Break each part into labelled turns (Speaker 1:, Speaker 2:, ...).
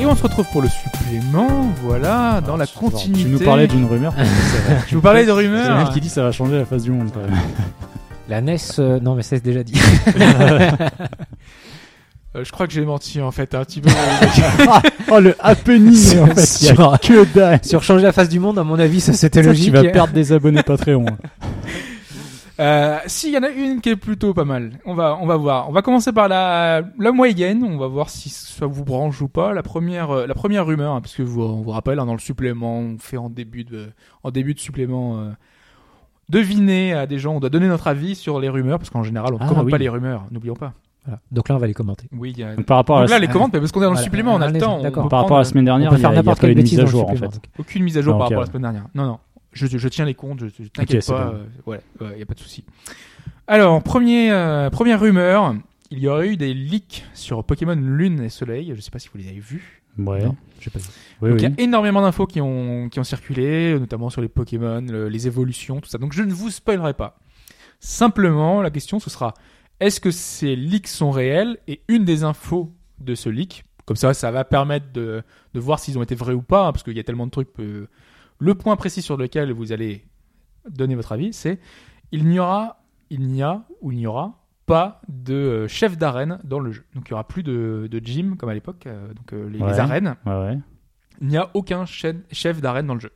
Speaker 1: Et on se retrouve pour le supplément, voilà, dans la continuité.
Speaker 2: Ah, Tu nous parlais d'une rumeur.
Speaker 1: Je vous parlais de
Speaker 2: C'est le mec
Speaker 1: rumeurs.
Speaker 2: qui dit ça va changer la face du monde. quand même.
Speaker 3: La NES, euh, non mais ça c'est déjà dit.
Speaker 1: Euh, je crois que j'ai menti en fait un petit peu.
Speaker 2: oh le happening en fait. il y a
Speaker 3: Sur-
Speaker 2: que dalle.
Speaker 3: Sur changer la face du monde, à mon avis, ça c'était
Speaker 2: Tu
Speaker 3: logique.
Speaker 2: vas perdre des abonnés Patreon.
Speaker 1: Euh, si, il y en a une qui est plutôt pas mal. On va, on va voir. On va commencer par la, la moyenne. On va voir si ça vous branche ou pas. La première, euh, la première rumeur, hein, parce que vous, on vous rappelle, hein, dans le supplément, on fait en début de, en début de supplément, euh, deviner à des gens, on doit donner notre avis sur les rumeurs, parce qu'en général, on ne
Speaker 3: Ah,
Speaker 1: commente
Speaker 3: oui.
Speaker 1: pas les rumeurs. N'oublions pas.
Speaker 3: Voilà. Donc là, on va les commenter.
Speaker 1: Oui, il y a...
Speaker 2: Donc, par rapport à
Speaker 1: Donc là, les
Speaker 2: la,
Speaker 1: commandes, mais parce qu'on est dans le
Speaker 3: Voilà.
Speaker 1: supplément, on a le
Speaker 3: Allez,
Speaker 1: temps. on
Speaker 3: d'accord.
Speaker 1: peut
Speaker 2: par rapport à la
Speaker 1: prendre,
Speaker 2: semaine dernière,
Speaker 3: on peut
Speaker 2: il y
Speaker 3: faire
Speaker 2: a, il y a
Speaker 3: n'importe
Speaker 2: pas
Speaker 3: quelle
Speaker 2: une mise
Speaker 3: bêtise
Speaker 2: à
Speaker 3: dans le
Speaker 2: jour en
Speaker 3: supplément.
Speaker 2: fait.
Speaker 3: donc.
Speaker 1: euh, Aucune mise à jour
Speaker 2: Ah,
Speaker 1: par
Speaker 2: ok,
Speaker 1: rapport à la
Speaker 2: ouais.
Speaker 1: semaine dernière. Non, non, je, je tiens les comptes, je, je- t'inquiète
Speaker 2: c'est
Speaker 1: pas.
Speaker 2: bon.
Speaker 1: euh, ouais, il n'y a pas de souci. Alors, premier, euh, première rumeur, il y aurait eu des leaks sur Pokémon Lune et Soleil. Je ne sais pas si vous les avez vus.
Speaker 2: Ouais.
Speaker 1: Non,
Speaker 2: J'ai pas dit. Oui,
Speaker 1: Donc, il
Speaker 2: oui.
Speaker 1: y a énormément d'infos qui ont, qui ont circulé, notamment sur les Pokémon, le- les évolutions, tout ça. Donc, je ne vous spoilerai pas. Simplement, la question, ce sera est-ce que ces leaks sont réels Et une des infos de ce leak, comme ça, ça va permettre de, de voir s'ils ont été vrais ou pas, hein, parce qu'il y a tellement de trucs. euh, le point précis sur lequel vous allez donner votre avis, c'est il n'y aura, il n'y a ou il n'y aura pas de euh, chef d'arène dans le jeu. Donc il n'y aura plus de, de gym comme à l'époque, euh, donc euh, les-
Speaker 2: Ouais.
Speaker 1: les arènes
Speaker 2: Ouais, ouais.
Speaker 1: il n'y a aucun chef, chef d'arène dans le jeu.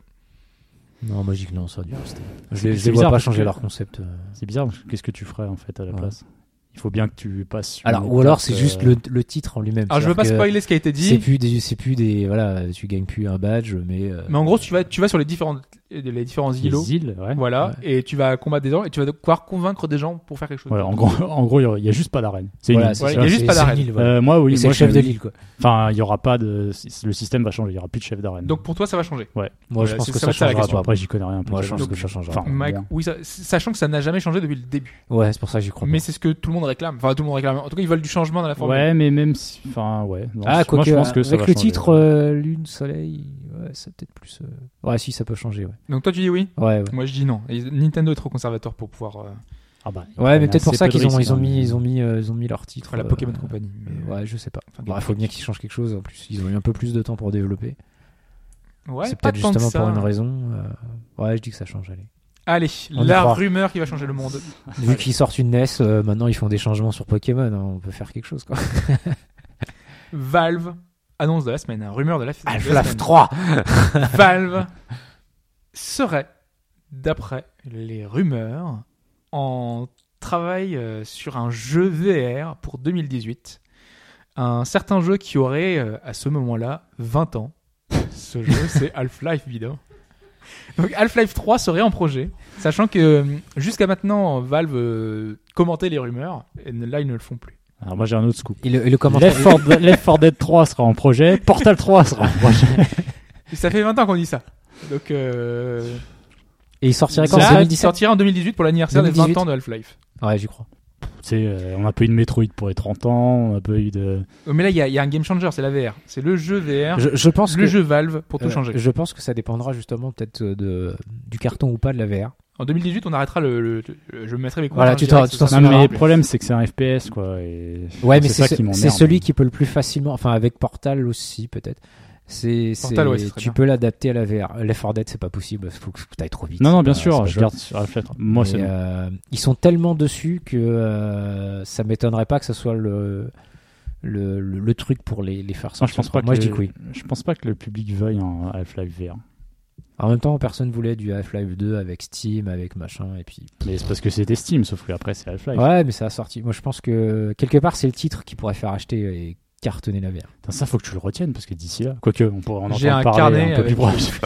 Speaker 3: Non, magique, non, ça dure.
Speaker 2: C'est-
Speaker 3: Je les-
Speaker 2: c'est
Speaker 3: je les vois
Speaker 2: bizarre
Speaker 3: pas
Speaker 2: parce
Speaker 3: changer
Speaker 2: que-
Speaker 3: leur concept. euh.
Speaker 2: C'est bizarre. parce que Qu'est-ce que tu ferais en fait à la
Speaker 3: Ouais.
Speaker 2: place Il faut bien que tu passes. une
Speaker 3: Alors, ou alors c'est
Speaker 2: étape,
Speaker 3: juste
Speaker 2: euh,
Speaker 3: le, le titre en lui-même.
Speaker 1: Alors Ah, je veux pas
Speaker 3: C'est-à-dire que
Speaker 1: spoiler ce qui a été dit,
Speaker 3: C'est plus des, c'est plus des, voilà, tu gagnes plus un badge, mais. euh,
Speaker 1: mais en gros tu vas, tu vas sur les différents, les différents îlots,
Speaker 2: les îles. Ouais.
Speaker 1: voilà,
Speaker 3: Ouais.
Speaker 1: et tu vas combattre des gens et tu vas pouvoir convaincre des gens pour faire quelque chose.
Speaker 2: Voilà, en gros, en gros, il y aura- il y a juste pas d'arène. C'est une
Speaker 3: voilà,
Speaker 2: île,
Speaker 3: c'est
Speaker 1: Ouais,
Speaker 2: ça.
Speaker 1: il y a juste
Speaker 3: c'est-
Speaker 1: pas
Speaker 3: c'est une
Speaker 1: d'arène.
Speaker 3: île, voilà.
Speaker 2: Euh, moi, oui,
Speaker 3: Et c'est
Speaker 2: moi,
Speaker 3: le chef
Speaker 2: je-
Speaker 3: de l'île, quoi.
Speaker 2: Enfin, il y aura pas de. Le système va changer. Il y aura plus de chef d'arène.
Speaker 1: Donc pour toi ça va changer.
Speaker 2: ouais.
Speaker 3: Moi,
Speaker 1: Voilà,
Speaker 3: je pense
Speaker 1: c'est- ça
Speaker 3: que ça
Speaker 1: va être ça la
Speaker 3: changera
Speaker 1: question.
Speaker 3: pas.
Speaker 2: Après, j'y connais rien.
Speaker 3: Moi, je pense que ça changera.
Speaker 2: Enfin,
Speaker 1: Mike,
Speaker 2: bien.
Speaker 1: oui, ça- sachant que ça n'a jamais changé depuis le début,
Speaker 3: Ouais, c'est pour ça que j'y crois.
Speaker 1: mais
Speaker 3: pas.
Speaker 1: c'est ce que tout le monde réclame. Enfin tout le monde réclame. En tout cas ils veulent du changement dans la formule.
Speaker 2: Ouais, mais même si. Enfin, ouais. Non,
Speaker 3: Ah,
Speaker 2: je- moi,
Speaker 3: quoique,
Speaker 2: je pense que ça
Speaker 3: avec
Speaker 2: va
Speaker 3: le
Speaker 2: changer.
Speaker 3: titre euh, Lune, Soleil, ouais, c'est peut-être plus. euh, Ouais, si, ça peut changer, ouais.
Speaker 1: Donc toi tu dis oui,
Speaker 3: Ouais, ouais.
Speaker 1: moi je dis non. Et Nintendo est trop conservateur pour pouvoir euh,
Speaker 2: Ah, bah, il y
Speaker 3: Ouais,
Speaker 2: a
Speaker 3: mais peut-être pour
Speaker 2: assez
Speaker 3: ça
Speaker 2: peu de
Speaker 3: qu'ils ont,
Speaker 2: risques,
Speaker 3: ils ont
Speaker 2: hein.
Speaker 3: mis, ils ont mis, euh, ils ont mis leur titre.
Speaker 1: la
Speaker 3: euh,
Speaker 1: Pokémon Company. Mais,
Speaker 3: Ouais, je sais pas.
Speaker 1: Enfin,
Speaker 3: Il faut bien qu'ils changent quelque chose. En plus, ils ont eu un peu plus de temps pour développer.
Speaker 1: euh, ouais,
Speaker 3: c'est
Speaker 1: pas
Speaker 3: peut-être
Speaker 1: tant que
Speaker 3: justement
Speaker 1: ça.
Speaker 3: pour une raison. euh, Ouais, je dis que ça change. Allez.
Speaker 1: Allez,
Speaker 3: On y
Speaker 1: la
Speaker 3: croit.
Speaker 1: rumeur qui va changer le monde.
Speaker 3: Vu qu'ils sortent une NES, euh, maintenant ils font des changements sur Pokémon. hein, on peut faire quelque chose, quoi.
Speaker 1: Valve annonce de la semaine, hein, rumeur de la, de la
Speaker 3: Half-Life
Speaker 1: semaine.
Speaker 3: 3.
Speaker 1: Valve serait, d'après les rumeurs, en travail euh, sur un jeu VR pour 2018. Un certain jeu qui aurait, euh, à ce moment-là, 20 ans. Ce jeu, c'est Half-Life, évidemment. Donc Half-Life 3 serait en projet, sachant que euh, jusqu'à maintenant, Valve euh, commentait les rumeurs, et là, ils ne le font plus.
Speaker 2: Alors, ah, moi, j'ai un autre scoop.
Speaker 3: Et le, et le commentaire.
Speaker 2: Left 4 Dead- Left 4 Dead 3 sera en projet. Portal 3 sera en projet.
Speaker 1: Et ça fait 20 ans qu'on dit ça. Donc, euh,
Speaker 3: Et ils sortiraient quand
Speaker 1: Ça
Speaker 3: en 2017
Speaker 1: sortira en 2018 pour l'anniversaire des 20
Speaker 3: 2018.
Speaker 1: ans de Half-Life.
Speaker 3: Ouais, j'y crois.
Speaker 2: C'est, euh, on a pas eu de Metroid pour les 30 ans. On a pas eu de.
Speaker 1: Oh, Mais là, il y, a- il y a un game changer, c'est la VR. C'est le jeu VR,
Speaker 3: Je, je pense
Speaker 1: Ah, le
Speaker 3: que
Speaker 1: jeu Valve pour tout
Speaker 3: euh,
Speaker 1: changer.
Speaker 3: Je pense que ça dépendra justement peut-être euh, de du carton ou pas de la VR.
Speaker 1: En 2018, on arrêtera le. le- le- je mettrai mes
Speaker 3: Voilà,
Speaker 1: comptes en
Speaker 3: tu
Speaker 1: direct,
Speaker 3: t'en-
Speaker 1: ce
Speaker 3: tu t'en
Speaker 1: sera
Speaker 2: Non,
Speaker 1: marrant.
Speaker 2: mais le problème, c'est que c'est un FPS, quoi. et-
Speaker 3: Ouais, mais c'est
Speaker 2: ça qui
Speaker 3: ce-
Speaker 2: m'emmerde.
Speaker 3: c'est celui qui peut le plus facilement, enfin avec Portal aussi peut-être. C'est
Speaker 1: Portal,
Speaker 3: c'est-
Speaker 1: ouais, ce serait
Speaker 3: tu
Speaker 1: bien.
Speaker 3: peux l'adapter à la VR. Left 4 Dead, c'est pas possible, faut que t'ailles trop vite. Euh,
Speaker 2: Non, non, bien
Speaker 3: C'est pas-
Speaker 2: sûr.
Speaker 3: c'est pas
Speaker 2: Je
Speaker 3: jouable.
Speaker 2: garde sur Half-Life. Moi,
Speaker 3: Mais,
Speaker 2: c'est. non.
Speaker 3: euh, ils sont tellement dessus que euh, ça m'étonnerait pas que ce soit le le, le- le truc pour les, les faire
Speaker 2: Non,
Speaker 3: sortir.
Speaker 2: je pense pas
Speaker 3: euh, Moi,
Speaker 2: que
Speaker 3: je dis que oui.
Speaker 2: Je pense pas que le public veuille un Half-Life VR.
Speaker 3: En même temps, personne voulait du Half-Life 2 avec Steam, avec machin, et puis
Speaker 2: Mais c'est parce que c'était Steam, sauf que après c'est Half-Life.
Speaker 3: Ouais, mais ça a sorti. Moi, je pense que quelque part, c'est le titre qui pourrait faire acheter et cartonner la VR.
Speaker 2: Putain, ça faut que tu le retiennes parce que d'ici là, quoique on pourrait en
Speaker 1: J'ai
Speaker 2: entendre
Speaker 1: un
Speaker 2: parler
Speaker 1: carnet
Speaker 2: un peu plus
Speaker 1: avec-
Speaker 2: proche.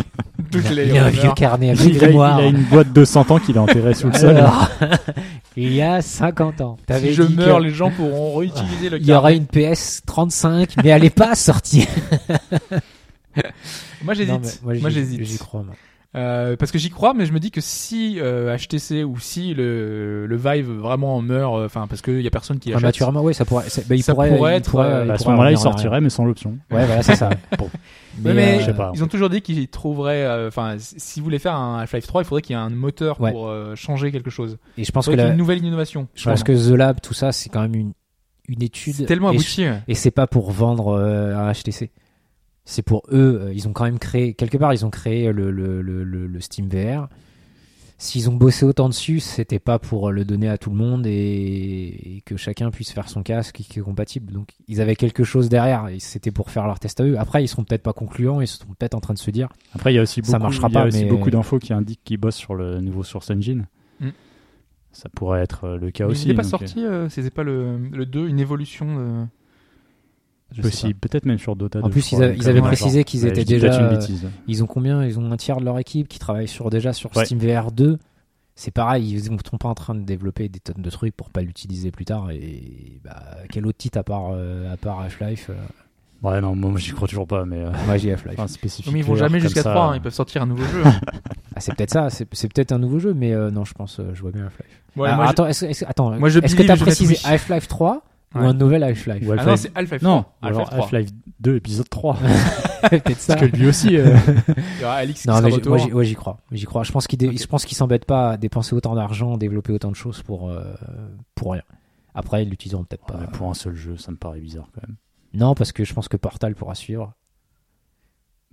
Speaker 1: Toutes
Speaker 3: il, a,
Speaker 1: les
Speaker 3: il a un
Speaker 1: rumeurs.
Speaker 3: vieux carnet à
Speaker 2: il,
Speaker 3: de
Speaker 2: a, il
Speaker 3: mémoire.
Speaker 2: a une boîte de 100 ans qu'il a enterrée sous le sol.
Speaker 3: Alors, il y a 50 ans. T'avais
Speaker 1: Si je
Speaker 3: dit
Speaker 1: meurs,
Speaker 3: que
Speaker 1: les gens pourront réutiliser le
Speaker 3: Il y aura
Speaker 1: carnet.
Speaker 3: une PS 35, mais elle est pas sortie.
Speaker 1: Moi,
Speaker 3: Non, mais
Speaker 1: j'hésite. Moi,
Speaker 3: j'y-
Speaker 1: j'hésite.
Speaker 3: J'y crois. moi.
Speaker 1: Euh, parce que j'y crois, mais je me dis que si euh, HTC ou si le, le Vive vraiment meurt, euh, enfin, parce qu'il y a personne qui achète.
Speaker 3: Prématurément, oui, ça pourrait. c'est- bah, il
Speaker 1: Ça
Speaker 3: pourrait,
Speaker 1: pourrait
Speaker 3: il
Speaker 1: être,
Speaker 3: pourrait-
Speaker 1: euh,
Speaker 3: il
Speaker 2: Bah, à ce
Speaker 3: pourrait
Speaker 2: moment-là, il
Speaker 3: revenir en arrière.
Speaker 2: sortirait, mais sans l'option.
Speaker 3: Ouais, voilà, c'est ça. Bon.
Speaker 1: Ouais,
Speaker 3: euh,
Speaker 1: mais-
Speaker 2: Je sais pas.
Speaker 1: Ils ont toujours dit qu'ils trouveraient, euh, enfin, s- si vous voulez faire un Half-Life 3, il faudrait qu'il y ait un moteur
Speaker 3: Ouais.
Speaker 1: pour euh, changer quelque chose.
Speaker 3: Et je pense que
Speaker 1: Faudrait qu'il y ait
Speaker 3: la-
Speaker 1: une nouvelle innovation.
Speaker 3: je pense que The Lab, tout ça, c'est quand même une une
Speaker 1: C'est
Speaker 3: étude.
Speaker 1: tellement
Speaker 3: et je-
Speaker 1: abouti. ouais.
Speaker 3: Et c'est pas pour vendre euh, un HTC. C'est pour eux, euh, ils ont quand même créé, quelque part, ils ont créé le, le, le, le- le Steam VR. S'ils ont bossé autant dessus, c'était pas pour le donner à tout le monde et, et que chacun puisse faire son casque qui est compatible. Donc ils avaient quelque chose derrière et c'était pour faire leur test à eux. Après, ils seront peut-être pas concluants, ils seront peut-être en train de se dire
Speaker 2: Après, il y a aussi
Speaker 3: Ça
Speaker 2: beaucoup,
Speaker 3: marchera
Speaker 2: il y a
Speaker 3: pas,
Speaker 2: aussi
Speaker 3: mais-
Speaker 2: beaucoup d'infos qui indiquent qu'ils bossent sur le nouveau Source Engine.
Speaker 1: Mm.
Speaker 2: Ça pourrait être euh, le cas
Speaker 1: Mais
Speaker 2: aussi.
Speaker 1: il n'est pas
Speaker 2: donc, euh,
Speaker 1: sorti, euh, c'était pas le, le 2, une évolution de...
Speaker 3: je sais
Speaker 2: euh, Possible, peut-être même sur Dota
Speaker 3: En
Speaker 2: 2,
Speaker 3: plus,
Speaker 2: je
Speaker 3: ils
Speaker 2: crois,
Speaker 3: avaient-
Speaker 2: donc,
Speaker 3: ils avaient
Speaker 2: euh,
Speaker 3: précisé qu'ils
Speaker 2: ouais,
Speaker 3: étaient
Speaker 2: je dis peut-être
Speaker 3: déjà,
Speaker 2: une
Speaker 3: euh,
Speaker 2: bêtise.
Speaker 3: pas. Ils ont combien Ils ont un tiers de leur équipe qui travaille sur, déjà sur
Speaker 2: Ouais.
Speaker 3: Steam VR 2. C'est pareil, ils ne sont pas en train de développer des tonnes de trucs pour pas l'utiliser plus tard. Et bah, quel autre titre à part, euh, à part Half-Life euh,
Speaker 2: Ouais, non, moi j'y crois toujours pas, mais. euh,
Speaker 3: Moi j'ai Half-Life.
Speaker 2: enfin, spécifique
Speaker 1: Mais ils vont
Speaker 2: VR
Speaker 1: jamais
Speaker 2: comme
Speaker 1: jusqu'à
Speaker 2: ça,
Speaker 1: 3, hein,
Speaker 2: euh,
Speaker 1: ils peuvent sortir un nouveau jeu.
Speaker 3: Ah, c'est peut-être ça, c'est c'est peut-être un nouveau jeu, mais euh, non, je pense, euh, je vois bien Half-Life.
Speaker 1: Ouais,
Speaker 3: Ah,
Speaker 1: moi, je-
Speaker 3: attends, est-ce est-ce- attends,
Speaker 1: moi, je
Speaker 3: est-ce que
Speaker 1: believe,
Speaker 3: t'as
Speaker 1: je
Speaker 3: précisé
Speaker 1: réfléchis.
Speaker 3: Half-Life 3
Speaker 1: Ouais.
Speaker 3: ou un nouvel Half-Life
Speaker 2: ou
Speaker 1: Ah non,
Speaker 2: Half-Life-
Speaker 1: c'est Half-Life
Speaker 2: Non,
Speaker 1: 3.
Speaker 2: ou alors
Speaker 1: Half-Life 3.
Speaker 2: Half-Life 2, épisode 3.
Speaker 3: Peut-être ça.
Speaker 2: Parce que lui aussi. euh,
Speaker 1: Il y aura Alix qui
Speaker 3: Non,
Speaker 1: sera hein.
Speaker 3: mais
Speaker 1: de
Speaker 3: j'ai- moi,
Speaker 1: retour.
Speaker 3: j'y ouais, j'y crois. J'y crois. Je pense qu'ils dé-
Speaker 1: Ok.
Speaker 3: je pense qu'ils s'embêtent pas à dépenser autant d'argent, développer autant de choses pour, euh, pour rien. Après, ils l'utiliseront peut-être
Speaker 1: Ah,
Speaker 2: Ouais,
Speaker 3: pas.
Speaker 1: bah.
Speaker 2: mais pour un seul jeu, ça me paraît bizarre quand même.
Speaker 3: Non, parce que je pense que Portal pourra suivre.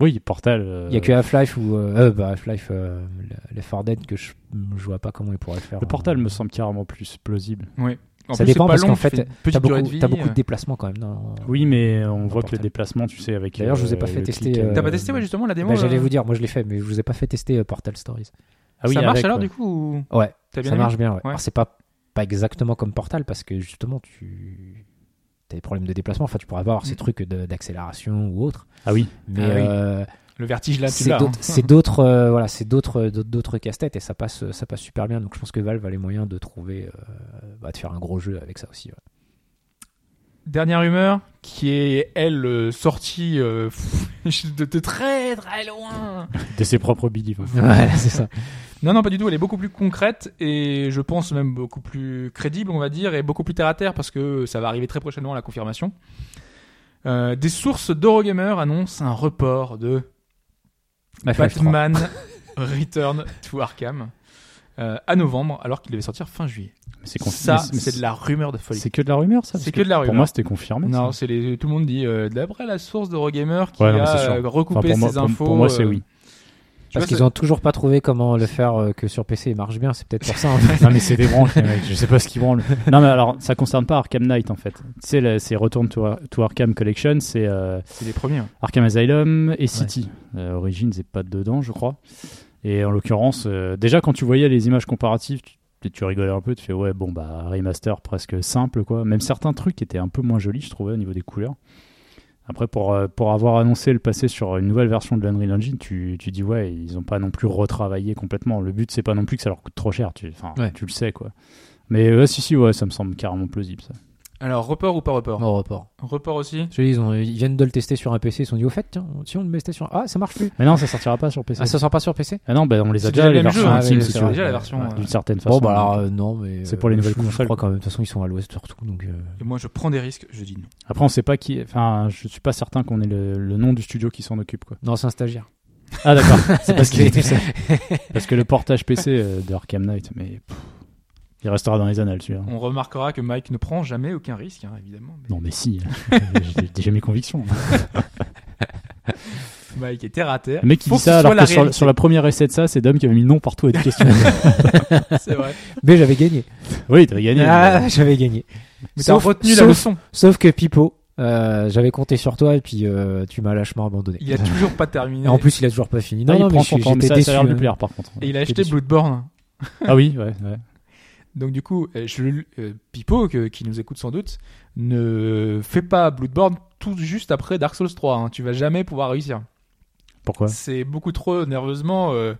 Speaker 2: Oui, Portal.
Speaker 3: Il y a que Half-Life ou euh, euh, bah, Half-Life, euh, le- les 4 Dead que je, je vois pas comment ils pourraient le faire. Euh,
Speaker 2: Le Portal me semble carrément plus plausible.
Speaker 1: En
Speaker 3: ça
Speaker 1: plus, c'est
Speaker 3: dépend
Speaker 1: pas
Speaker 3: parce
Speaker 1: long,
Speaker 3: qu'en
Speaker 1: tu
Speaker 3: fait,
Speaker 1: fais une petite
Speaker 3: T'as beaucoup,
Speaker 1: durée de vie. euh.
Speaker 3: t'as beaucoup de déplacements quand même. Non. euh,
Speaker 2: Oui, mais on voit que
Speaker 3: Portal.
Speaker 2: les déplacements, tu sais, avec.
Speaker 3: D'ailleurs, je vous ai
Speaker 2: euh,
Speaker 3: pas fait
Speaker 2: le
Speaker 3: tester,
Speaker 2: click and-
Speaker 3: euh,
Speaker 1: T'as pas testé ouais, justement la démo
Speaker 3: Bah, J'allais
Speaker 1: euh,
Speaker 3: vous dire, moi je l'ai fait, mais je vous ai pas fait tester euh, Portal Stories.
Speaker 2: Ah oui,
Speaker 1: ça marche
Speaker 2: avec,
Speaker 1: alors
Speaker 2: ouais.
Speaker 1: du coup ou-
Speaker 3: Ouais,
Speaker 1: T'as bien
Speaker 3: ça
Speaker 1: aimé
Speaker 3: marche bien. Ouais.
Speaker 1: Ouais.
Speaker 3: Alors, c'est pas, pas exactement comme Portal parce que justement, tu as des problèmes de déplacement. Enfin, tu pourrais avoir
Speaker 1: Mm.
Speaker 3: ces trucs de- d'accélération ou autre.
Speaker 2: Ah oui,
Speaker 3: Mais
Speaker 1: Ah oui.
Speaker 3: euh,
Speaker 1: Le vertige là, tu
Speaker 3: c'est
Speaker 1: l'as.
Speaker 3: d'autres-
Speaker 1: hein.
Speaker 3: c'est d'autres euh, voilà, c'est d'autres d'autres- d'autres casse-têtes et ça passe, euh, ça passe super bien. Donc je pense que Valve a les moyens de trouver, euh, bah, de faire un gros jeu avec ça aussi. ouais.
Speaker 1: Dernière rumeur qui est, elle, euh, sortie euh, de, de très très loin.
Speaker 2: de ses propres beliefs.
Speaker 3: voilà, c'est ça.
Speaker 1: Non, non, pas du tout. Elle est beaucoup plus concrète et je pense même beaucoup plus crédible, on va dire, et beaucoup plus terre à terre parce que ça va arriver très prochainement à la confirmation. Euh, des sources d'Eurogamer annoncent un report de
Speaker 3: Half-Life 3.
Speaker 1: Batman Return to Arkham euh, à novembre alors qu'il devait sortir fin juillet.
Speaker 2: Mais c'est con-
Speaker 1: Ça,
Speaker 2: mais
Speaker 1: c'est de la rumeur de folie.
Speaker 2: C'est que de la rumeur, ça
Speaker 1: C'est
Speaker 2: parce
Speaker 1: que de la rumeur.
Speaker 2: Pour moi, c'était confirmé.
Speaker 1: Non,
Speaker 2: ça.
Speaker 1: c'est les, tout le monde dit euh, d'après la source d'Eurogamer qui
Speaker 2: Ouais, non, mais c'est
Speaker 1: a
Speaker 2: sûr.
Speaker 1: euh, recoupé
Speaker 2: Enfin, pour, moi,
Speaker 1: ses
Speaker 2: pour-
Speaker 1: infos.
Speaker 2: pour moi, c'est
Speaker 1: euh,
Speaker 2: oui.
Speaker 1: tu
Speaker 3: Parce
Speaker 1: vois,
Speaker 3: qu'ils
Speaker 1: c'est-
Speaker 3: ont toujours pas trouvé comment le faire euh, que sur PC il marche bien. C'est peut-être pour ça. en fait.
Speaker 2: non, mais c'est des branches, les mecs. Je sais pas ce qu'ils branlent. Non, mais alors, ça concerne pas Arkham Knight, en fait. Tu sais, la- c'est Return to, Ar- to Arkham Collection, c'est euh,
Speaker 1: C'est les premiers. hein. ouais.
Speaker 2: Arkham Asylum et City. Euh, Origins n'est pas dedans, je crois. Et en l'occurrence, euh, déjà, quand tu voyais les images comparatives, tu, tu rigolais un peu, tu fais ouais, bon, bah, remaster presque simple, quoi. Même certains trucs étaient un peu moins jolis, je trouvais, au niveau des couleurs. Après, pour, euh, pour avoir annoncé le passé sur une nouvelle version de l'Unreal Engine, tu, tu dis ouais, ils n'ont pas non plus retravaillé complètement. Le but, c'est pas non plus que ça leur coûte trop cher, tu, enfin,
Speaker 3: Ouais.
Speaker 2: tu le sais, quoi. Mais euh, si, si, ouais, ça me semble carrément plausible, ça.
Speaker 1: Alors, report ou pas report
Speaker 3: Bon report.
Speaker 1: Report aussi
Speaker 3: Celui, ils, ont- ils viennent de le tester sur un PC, ils se sont dit au fait, tiens, si on le mettait sur. Ah, ça marche plus.
Speaker 2: Mais non, ça sortira pas sur PC.
Speaker 3: Ah, ça sort pas sur PC
Speaker 2: Ah non, bah, on les
Speaker 1: C'est
Speaker 2: a
Speaker 1: déjà
Speaker 2: déjà,
Speaker 1: le
Speaker 2: les
Speaker 1: même
Speaker 2: versions
Speaker 1: jeu, hein,
Speaker 2: Intime,
Speaker 1: c'est-
Speaker 2: c'est
Speaker 1: c'est
Speaker 2: sûr.
Speaker 1: déjà la version, euh,
Speaker 2: D'une certaine façon.
Speaker 3: Bon, bah alors, euh, non, mais.
Speaker 2: C'est
Speaker 3: euh,
Speaker 2: pour les nouvelles
Speaker 3: je- Je
Speaker 2: consoles, quoi.
Speaker 3: crois quand même, de toute façon, ils sont à l'ouest surtout, donc. euh,
Speaker 1: Et moi, je prends des risques, je dis non.
Speaker 2: Après, on sait pas qui. Enfin, je suis pas certain qu'on ait le, le nom du studio qui s'en occupe, quoi.
Speaker 3: Non, c'est un stagiaire.
Speaker 2: Ah, d'accord. c'est parce qu'il est tout seul. Parce que le portage PC euh, de Arkham Knight, mais. pff, il restera dans les annales, celui-là.
Speaker 1: On remarquera que Mike ne prend jamais aucun risque, hein, évidemment. mais
Speaker 2: Non, mais si. J'ai déjà mes convictions.
Speaker 1: Mike est terre à terre.
Speaker 2: Le mec qui
Speaker 1: Faut
Speaker 2: dit
Speaker 1: que ce
Speaker 2: ça, alors
Speaker 1: soit la
Speaker 2: que sur,
Speaker 1: réalité.
Speaker 2: sur la première essai de ça, c'est Dom qui avait mis non partout à des questions.
Speaker 1: C'est vrai.
Speaker 3: Mais j'avais gagné.
Speaker 2: oui, t'avais gagné.
Speaker 3: Ah, j'avais gagné.
Speaker 1: Mais t'as
Speaker 3: Sauf-
Speaker 1: retenu la
Speaker 3: sauf-
Speaker 1: leçon.
Speaker 3: Sauf que Pipo, euh, j'avais compté sur toi et puis euh, tu m'as lâchement abandonné.
Speaker 1: Il a toujours pas terminé.
Speaker 3: Et en plus, il a toujours pas fini. Non,
Speaker 2: Ah, il
Speaker 3: non, mais
Speaker 2: prend
Speaker 3: je-
Speaker 2: son temps, mais
Speaker 3: j'étais
Speaker 2: ça,
Speaker 3: déçu.
Speaker 2: ça a l'air de lui
Speaker 3: hein.
Speaker 2: plaire, par contre.
Speaker 1: Et il a
Speaker 2: J'étais
Speaker 1: acheté
Speaker 2: déçu.
Speaker 1: Bloodborne.
Speaker 2: Ah oui, ouais, ouais.
Speaker 1: Donc du coup, euh, je- euh, Pipo, que- qui nous écoute sans doute, ne fait pas Bloodborne tout juste après Dark Souls 3. hein. Tu vas jamais pouvoir réussir.
Speaker 2: Pourquoi
Speaker 1: C'est beaucoup trop nerveusement. euh,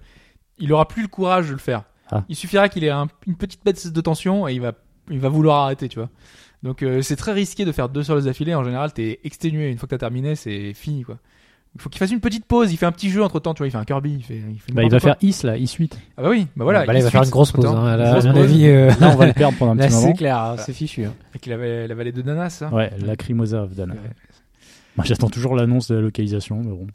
Speaker 1: il aura plus le courage de le faire.
Speaker 2: Ah.
Speaker 1: Il suffira qu'il ait un- une petite baisse de tension et il va, il va vouloir arrêter, tu vois. Donc euh, c'est très risqué de faire deux solos d'affilée. En général, t'es exténué. Une fois que t'as terminé, c'est fini, quoi. Il faut qu'il fasse une petite pause. Il fait un petit jeu entre temps, tu vois. Il fait un Kirby. Il fait, il fait
Speaker 2: Bah, il
Speaker 1: n'importe
Speaker 2: va
Speaker 1: quoi.
Speaker 2: faire IS, là, IS8.
Speaker 1: Ah bah oui, bah voilà.
Speaker 3: Bah, là, il va faire une grosse pause.
Speaker 1: entre-temps.
Speaker 3: hein.
Speaker 1: Une
Speaker 3: Là, à
Speaker 1: grosse
Speaker 3: mon
Speaker 1: pause.
Speaker 3: avis, euh,
Speaker 1: Ah,
Speaker 2: Là, on va le perdre pendant un
Speaker 3: là,
Speaker 2: petit
Speaker 3: c'est
Speaker 2: moment.
Speaker 3: clair, hein, c'est fichu. hein.
Speaker 1: Avec la, la vallée de hein. Nanas, là.
Speaker 2: Ouais, Lacrimosa of Dana. Moi, J'attends toujours l'annonce de la localisation, mais bon.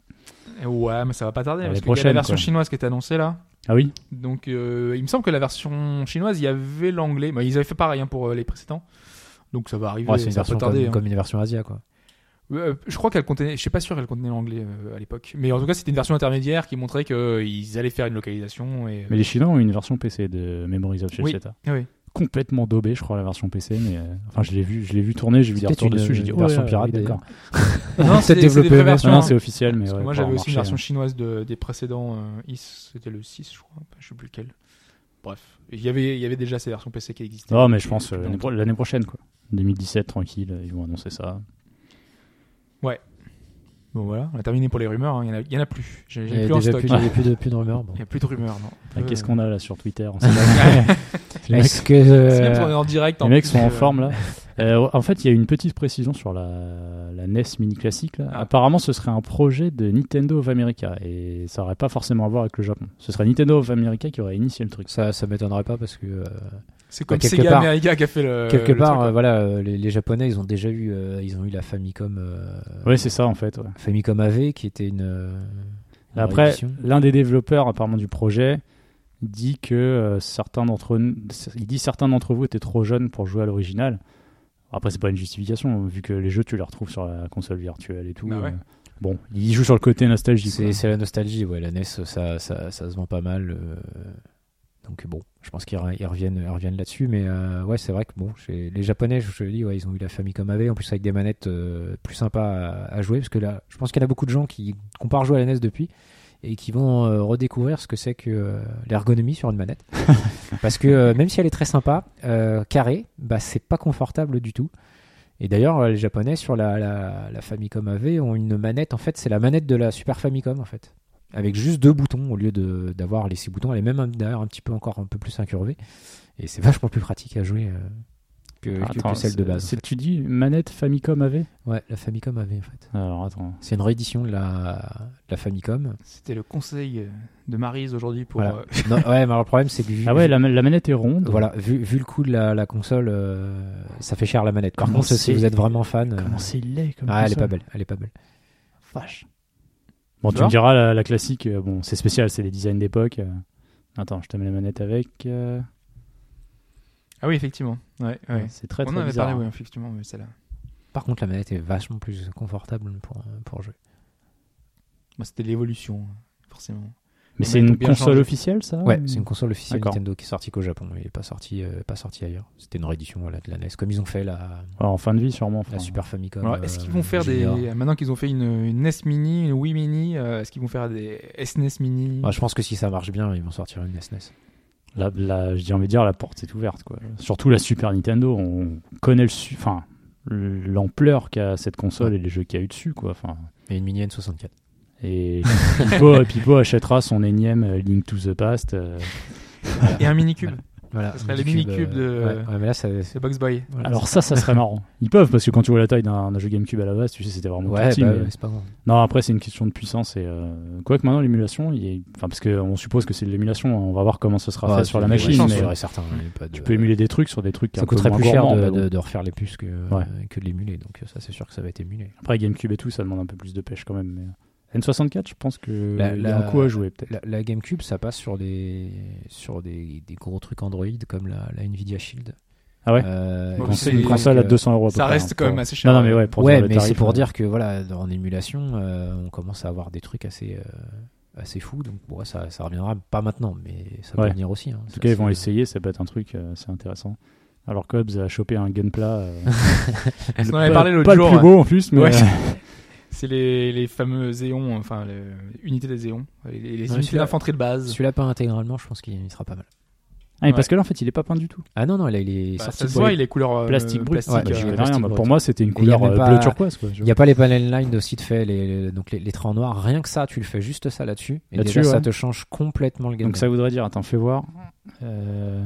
Speaker 1: Et Ouais, mais ça va pas tarder. Parce
Speaker 2: L'année
Speaker 1: qu'il y a la
Speaker 2: prochaine,
Speaker 1: version
Speaker 2: quoi.
Speaker 1: chinoise qui est annoncée là.
Speaker 2: Ah oui
Speaker 1: Donc, euh, il me semble que la version chinoise, il y avait l'anglais. Bah, ils avaient fait pareil hein, pour euh, les précédents. Donc, ça va arriver.
Speaker 2: Ouais, c'est une
Speaker 1: ça va pas
Speaker 3: Version
Speaker 1: tarder.
Speaker 3: comme,
Speaker 1: hein.
Speaker 3: comme une version Asia, quoi.
Speaker 1: Euh, je crois qu'elle contenait, je suis pas sûr qu'elle contenait l'anglais euh, à l'époque, mais en tout cas c'était une version intermédiaire qui montrait qu'ils allaient faire une localisation. Et, euh,
Speaker 2: Mais les Chinois ont une version PC de Memories of Chelsea.
Speaker 1: Ah oui.
Speaker 2: Complètement daubée, je crois, la version PC. Mais euh, enfin, je l'ai vu, je l'ai vu tourner, j'ai vu des
Speaker 3: C'était
Speaker 2: retours
Speaker 3: une-
Speaker 2: dessus, j'ai dit
Speaker 3: une
Speaker 2: oh, version
Speaker 3: version
Speaker 2: pirate,
Speaker 3: oui,
Speaker 2: d'accord.
Speaker 1: Non, c'est- c'est des
Speaker 3: développé
Speaker 1: vraies
Speaker 3: même.
Speaker 1: versions,
Speaker 2: Ah non,
Speaker 1: hein.
Speaker 2: c'est officiel, mais
Speaker 1: Parce que
Speaker 2: ouais,
Speaker 1: moi
Speaker 2: pour
Speaker 1: j'avais
Speaker 2: avoir
Speaker 1: aussi une
Speaker 2: marché, hein.
Speaker 1: version chinoise de, des précédents euh, IS, c'était le 6 je crois, Enfin, je sais plus lequel. Bref, il y avait, il y avait déjà ces versions PC qui existaient.
Speaker 2: Non, mais je pense euh,
Speaker 1: Depuis
Speaker 2: l'année pro- l'année prochaine, quoi. 2017, tranquille, euh, ils vont annoncer ça.
Speaker 1: Bon voilà, on a terminé pour les rumeurs, hein. il, y en a, il y en a plus. J'ai
Speaker 3: Il y
Speaker 1: j'ai
Speaker 3: a
Speaker 1: plus en
Speaker 3: déjà
Speaker 1: stock.
Speaker 3: plus, il y a plus de, plus de rumeurs. bon.
Speaker 1: Il n'y a plus de rumeurs, non. Euh,
Speaker 2: Ah, Qu'est-ce qu'on a là sur Twitter on sait Les mecs,
Speaker 3: Est-ce que
Speaker 1: C'est
Speaker 3: euh,
Speaker 1: même si on est en direct.
Speaker 2: les
Speaker 1: en
Speaker 2: mecs
Speaker 1: plus,
Speaker 2: sont en
Speaker 1: euh,
Speaker 2: forme là. Euh, en fait, il y a une petite précision sur la, la NES mini classique. là.
Speaker 1: Ah.
Speaker 2: Apparemment, ce serait un projet de Nintendo of America et ça aurait pas forcément à voir avec le Japon. Ce serait Nintendo of America qui aurait initié le truc.
Speaker 3: ça, ça m'étonnerait pas parce que euh,
Speaker 1: C'est comme
Speaker 3: Bah, quelque
Speaker 1: Sega
Speaker 3: part-
Speaker 1: America qui a fait le.
Speaker 3: quelque
Speaker 1: le
Speaker 3: part,
Speaker 1: truc,
Speaker 3: euh,
Speaker 1: quoi.
Speaker 3: voilà, euh, les, les Japonais, ils ont déjà eu, euh, ils ont eu la Famicom, euh,
Speaker 1: Ah
Speaker 2: Ouais, c'est ça en fait. ouais.
Speaker 3: Famicom AV, qui était une. euh, une
Speaker 2: Après,
Speaker 3: réédition.
Speaker 2: l'un des développeurs apparemment du projet dit que euh, certains d'entre nous- il dit certains d'entre vous étaient trop jeunes pour jouer à l'original. Après, c'est pas une justification vu que les jeux tu les retrouves sur la console virtuelle et tout.
Speaker 1: Bah ouais.
Speaker 2: Euh, Bon, il joue sur le côté nostalgie. quoi.
Speaker 3: c'est c'est la nostalgie, ouais. La NES, ça, ça, ça se vend pas mal. euh, donc bon, je pense qu'ils re- ils reviennent, ils reviennent là-dessus, mais euh, ouais, c'est vrai que bon, chez les Japonais, je te le dis, ouais, ils ont eu la Famicom AV, en plus avec des manettes euh, plus sympas à, à jouer, parce que là, je pense qu'il y en a beaucoup de gens qui comparent jouer à la NES depuis et qui vont euh, redécouvrir ce que c'est que euh, l'ergonomie sur une manette, parce que euh, même si elle est très sympa, euh, carrée, bah c'est pas confortable du tout. Et d'ailleurs, euh, les Japonais sur la, la, la Famicom AV ont une manette. En fait, c'est la manette de la Super Famicom, en fait, avec juste deux boutons au lieu de d'avoir les six boutons. Elle est même un- d'ailleurs un petit peu encore un peu plus incurvée. Et c'est vachement plus pratique à jouer euh, que, que- que
Speaker 2: Attends,
Speaker 3: celle
Speaker 2: c'est-
Speaker 3: de base.
Speaker 2: c'est- Tu dis manette Famicom AV
Speaker 3: Ouais, la Famicom AV, en fait.
Speaker 2: Alors attends.
Speaker 3: C'est une réédition de la, de la Famicom.
Speaker 1: C'était le conseil euh, de Maryse aujourd'hui pour.
Speaker 3: Voilà.
Speaker 1: euh,
Speaker 3: non, ouais, mais alors le problème, c'est que vu,
Speaker 2: Ah ouais, la, la manette est ronde.
Speaker 3: voilà, vu, vu le coût de la, la console, euh, ça fait cher la manette. Par
Speaker 2: Comment
Speaker 3: contre, si
Speaker 2: c'est-
Speaker 3: vous êtes vraiment fan, euh,
Speaker 2: Comment c'est laid comme
Speaker 3: ah, elle est
Speaker 2: console.
Speaker 3: pas belle, elle est pas belle.
Speaker 2: Vache. Bon,
Speaker 1: Tu
Speaker 2: tu,
Speaker 1: vois
Speaker 2: me diras la, la classique. euh, bon, c'est spécial, c'est les designs d'époque. euh. Attends, je te mets la manette avec. euh,
Speaker 1: Ah oui, effectivement. Ouais, ouais.
Speaker 2: C'est très
Speaker 1: On
Speaker 2: très
Speaker 1: en avait
Speaker 2: bizarre.
Speaker 1: parlé, oui, effectivement, mais celle-là.
Speaker 3: Par contre, la manette est vachement plus confortable pour, euh, pour jouer.
Speaker 1: Bon, Bah, C'était l'évolution, hein, forcément.
Speaker 2: Mais
Speaker 1: On
Speaker 2: c'est
Speaker 1: avait
Speaker 2: une
Speaker 1: bien
Speaker 2: console
Speaker 1: changé.
Speaker 2: officielle, ça
Speaker 3: Ouais,
Speaker 2: ou-
Speaker 3: c'est une console officielle
Speaker 2: Ah D'accord.
Speaker 3: Nintendo qui est sortie qu'au Japon, mais pas sortie, euh, pas sortie ailleurs. C'était une réédition voilà, de la NES, comme ils ont fait la,
Speaker 2: Alors, Ah, en fin de vie, sûrement. enfin.
Speaker 3: la Ah, Super Famicom.
Speaker 1: Alors, est-ce
Speaker 3: euh,
Speaker 1: qu'ils vont faire
Speaker 3: Junior.
Speaker 1: des. Maintenant qu'ils ont fait une, une NES Mini, une Wii Mini, euh, est-ce qu'ils vont faire des SNES Mini
Speaker 3: Bah, je pense que si ça marche bien, ils vont sortir une E SNES.
Speaker 2: Là, là, j'ai envie de dire, la porte s'est ouverte. Quoi. Surtout la Super Nintendo, on connaît le su- enfin, l'ampleur qu'a cette console et les jeux qu'il y a eu dessus. Quoi. Enfin,
Speaker 3: Et une mini N64.
Speaker 2: et Pipo, Pipo achètera son énième euh, Link to the Past. euh.
Speaker 1: Et un Minicube
Speaker 3: Voilà.
Speaker 1: Ça serait les
Speaker 3: Minicube,
Speaker 1: minicubes
Speaker 3: euh,
Speaker 1: de-
Speaker 3: Ouais, ouais, mais là, ça. c'est-
Speaker 1: C'est Box Boy.
Speaker 3: voilà,
Speaker 2: Alors ça, ça serait marrant. Ils peuvent, parce que quand tu vois la taille d'un d'un jeu GameCube à la base, tu sais, c'était
Speaker 3: c'est-
Speaker 2: vraiment
Speaker 3: Ouais,
Speaker 2: petit.
Speaker 3: bah,
Speaker 2: mais-
Speaker 3: ouais, c'est pas bon.
Speaker 2: Non, après, c'est une question de puissance. Et, euh, Quoique maintenant, l'émulation, il est... enfin, parce qu'on suppose que c'est de l'émulation, hein, on va voir comment ça sera fait sur la
Speaker 1: ouais,
Speaker 2: machine.
Speaker 1: chance,
Speaker 2: mais
Speaker 1: ouais.
Speaker 3: certain, mais pas de-
Speaker 2: Tu peux émuler des trucs sur des trucs
Speaker 3: Ça
Speaker 2: un peu
Speaker 3: coûterait
Speaker 2: moins
Speaker 3: plus cher
Speaker 2: gourmands,
Speaker 3: de,
Speaker 2: mais bon.
Speaker 3: de- de refaire les puces que, euh,
Speaker 2: Ouais.
Speaker 3: que de l'émuler, donc euh, ça, c'est sûr que ça va être émulé.
Speaker 2: Après, GameCube et tout, ça demande un peu plus de pêche quand même. mais- N64, je pense que
Speaker 3: La-
Speaker 2: il y
Speaker 3: Bah, la-
Speaker 2: a un coup à jouer, peut-être.
Speaker 3: La, la GameCube, ça passe sur des sur des, des gros trucs Android comme la, la Nvidia Shield.
Speaker 2: Ah ouais
Speaker 3: Euh,
Speaker 1: Bon,
Speaker 2: Quand
Speaker 3: et
Speaker 2: c'est
Speaker 1: c'est-
Speaker 2: une console à
Speaker 3: que-
Speaker 2: 200 euros. à peu
Speaker 1: Ça
Speaker 2: près,
Speaker 1: reste
Speaker 2: hein,
Speaker 1: quand même
Speaker 2: pour-
Speaker 1: assez cher.
Speaker 2: Non, non, mais ouais, pour
Speaker 3: ouais,
Speaker 2: dire le
Speaker 3: mais
Speaker 2: tarif, euh, hein.
Speaker 3: c'est pour
Speaker 2: ouais.
Speaker 3: dire que voilà, en émulation, euh, on commence à avoir des trucs assez euh, assez fous. Donc bon, ouais, ça, ça reviendra pas maintenant, mais ça peut
Speaker 2: Ouais.
Speaker 3: venir aussi. hein.
Speaker 2: En
Speaker 3: Ça,
Speaker 2: tout cas, ils
Speaker 3: c'est-
Speaker 2: vont essayer, ça peut être un truc, euh, c'est intéressant. Alors, Cobbs a chopé un gunpla. euh,
Speaker 1: Parce
Speaker 2: le-
Speaker 1: qu'on en avait
Speaker 2: pas-
Speaker 1: parlé l'autre
Speaker 2: Pas
Speaker 1: jour,
Speaker 2: le
Speaker 1: hein.
Speaker 2: plus beau en plus, mais.
Speaker 1: Ouais.
Speaker 2: euh,
Speaker 1: C'est les, les fameux Zéons, enfin, les unités des Zéons, les, les unités
Speaker 3: celui-là-
Speaker 1: d'infanterie de base.
Speaker 3: Celui-là pas intégralement, je pense qu'il il sera pas mal.
Speaker 2: Ah, mais parce que là, en fait, il est pas peint du tout.
Speaker 3: Ah non non, là il est
Speaker 1: Bah,
Speaker 3: sorti.
Speaker 1: ça se
Speaker 3: pour
Speaker 1: voit,
Speaker 3: les-
Speaker 1: il est couleur euh,
Speaker 2: plastique brut.
Speaker 1: plastique,
Speaker 3: Ouais,
Speaker 2: Bah,
Speaker 1: euh,
Speaker 2: je connais
Speaker 3: plastique
Speaker 2: rien, moi.
Speaker 3: brut.
Speaker 2: pour moi, c'était une
Speaker 3: Et il y a
Speaker 2: couleur
Speaker 3: même
Speaker 2: euh,
Speaker 3: pas-
Speaker 2: bleu turquoise. Quoi, je-
Speaker 3: Il n'y a pas les panel lines aussi de fait, les, les- donc les, les traits en noir, rien que ça, tu le fais juste ça là-dessus, et
Speaker 2: Là-dessus,
Speaker 3: déjà ça
Speaker 2: ouais.
Speaker 3: te change complètement le gameplay.
Speaker 2: Donc ça voudrait dire, attends, fais voir. Euh,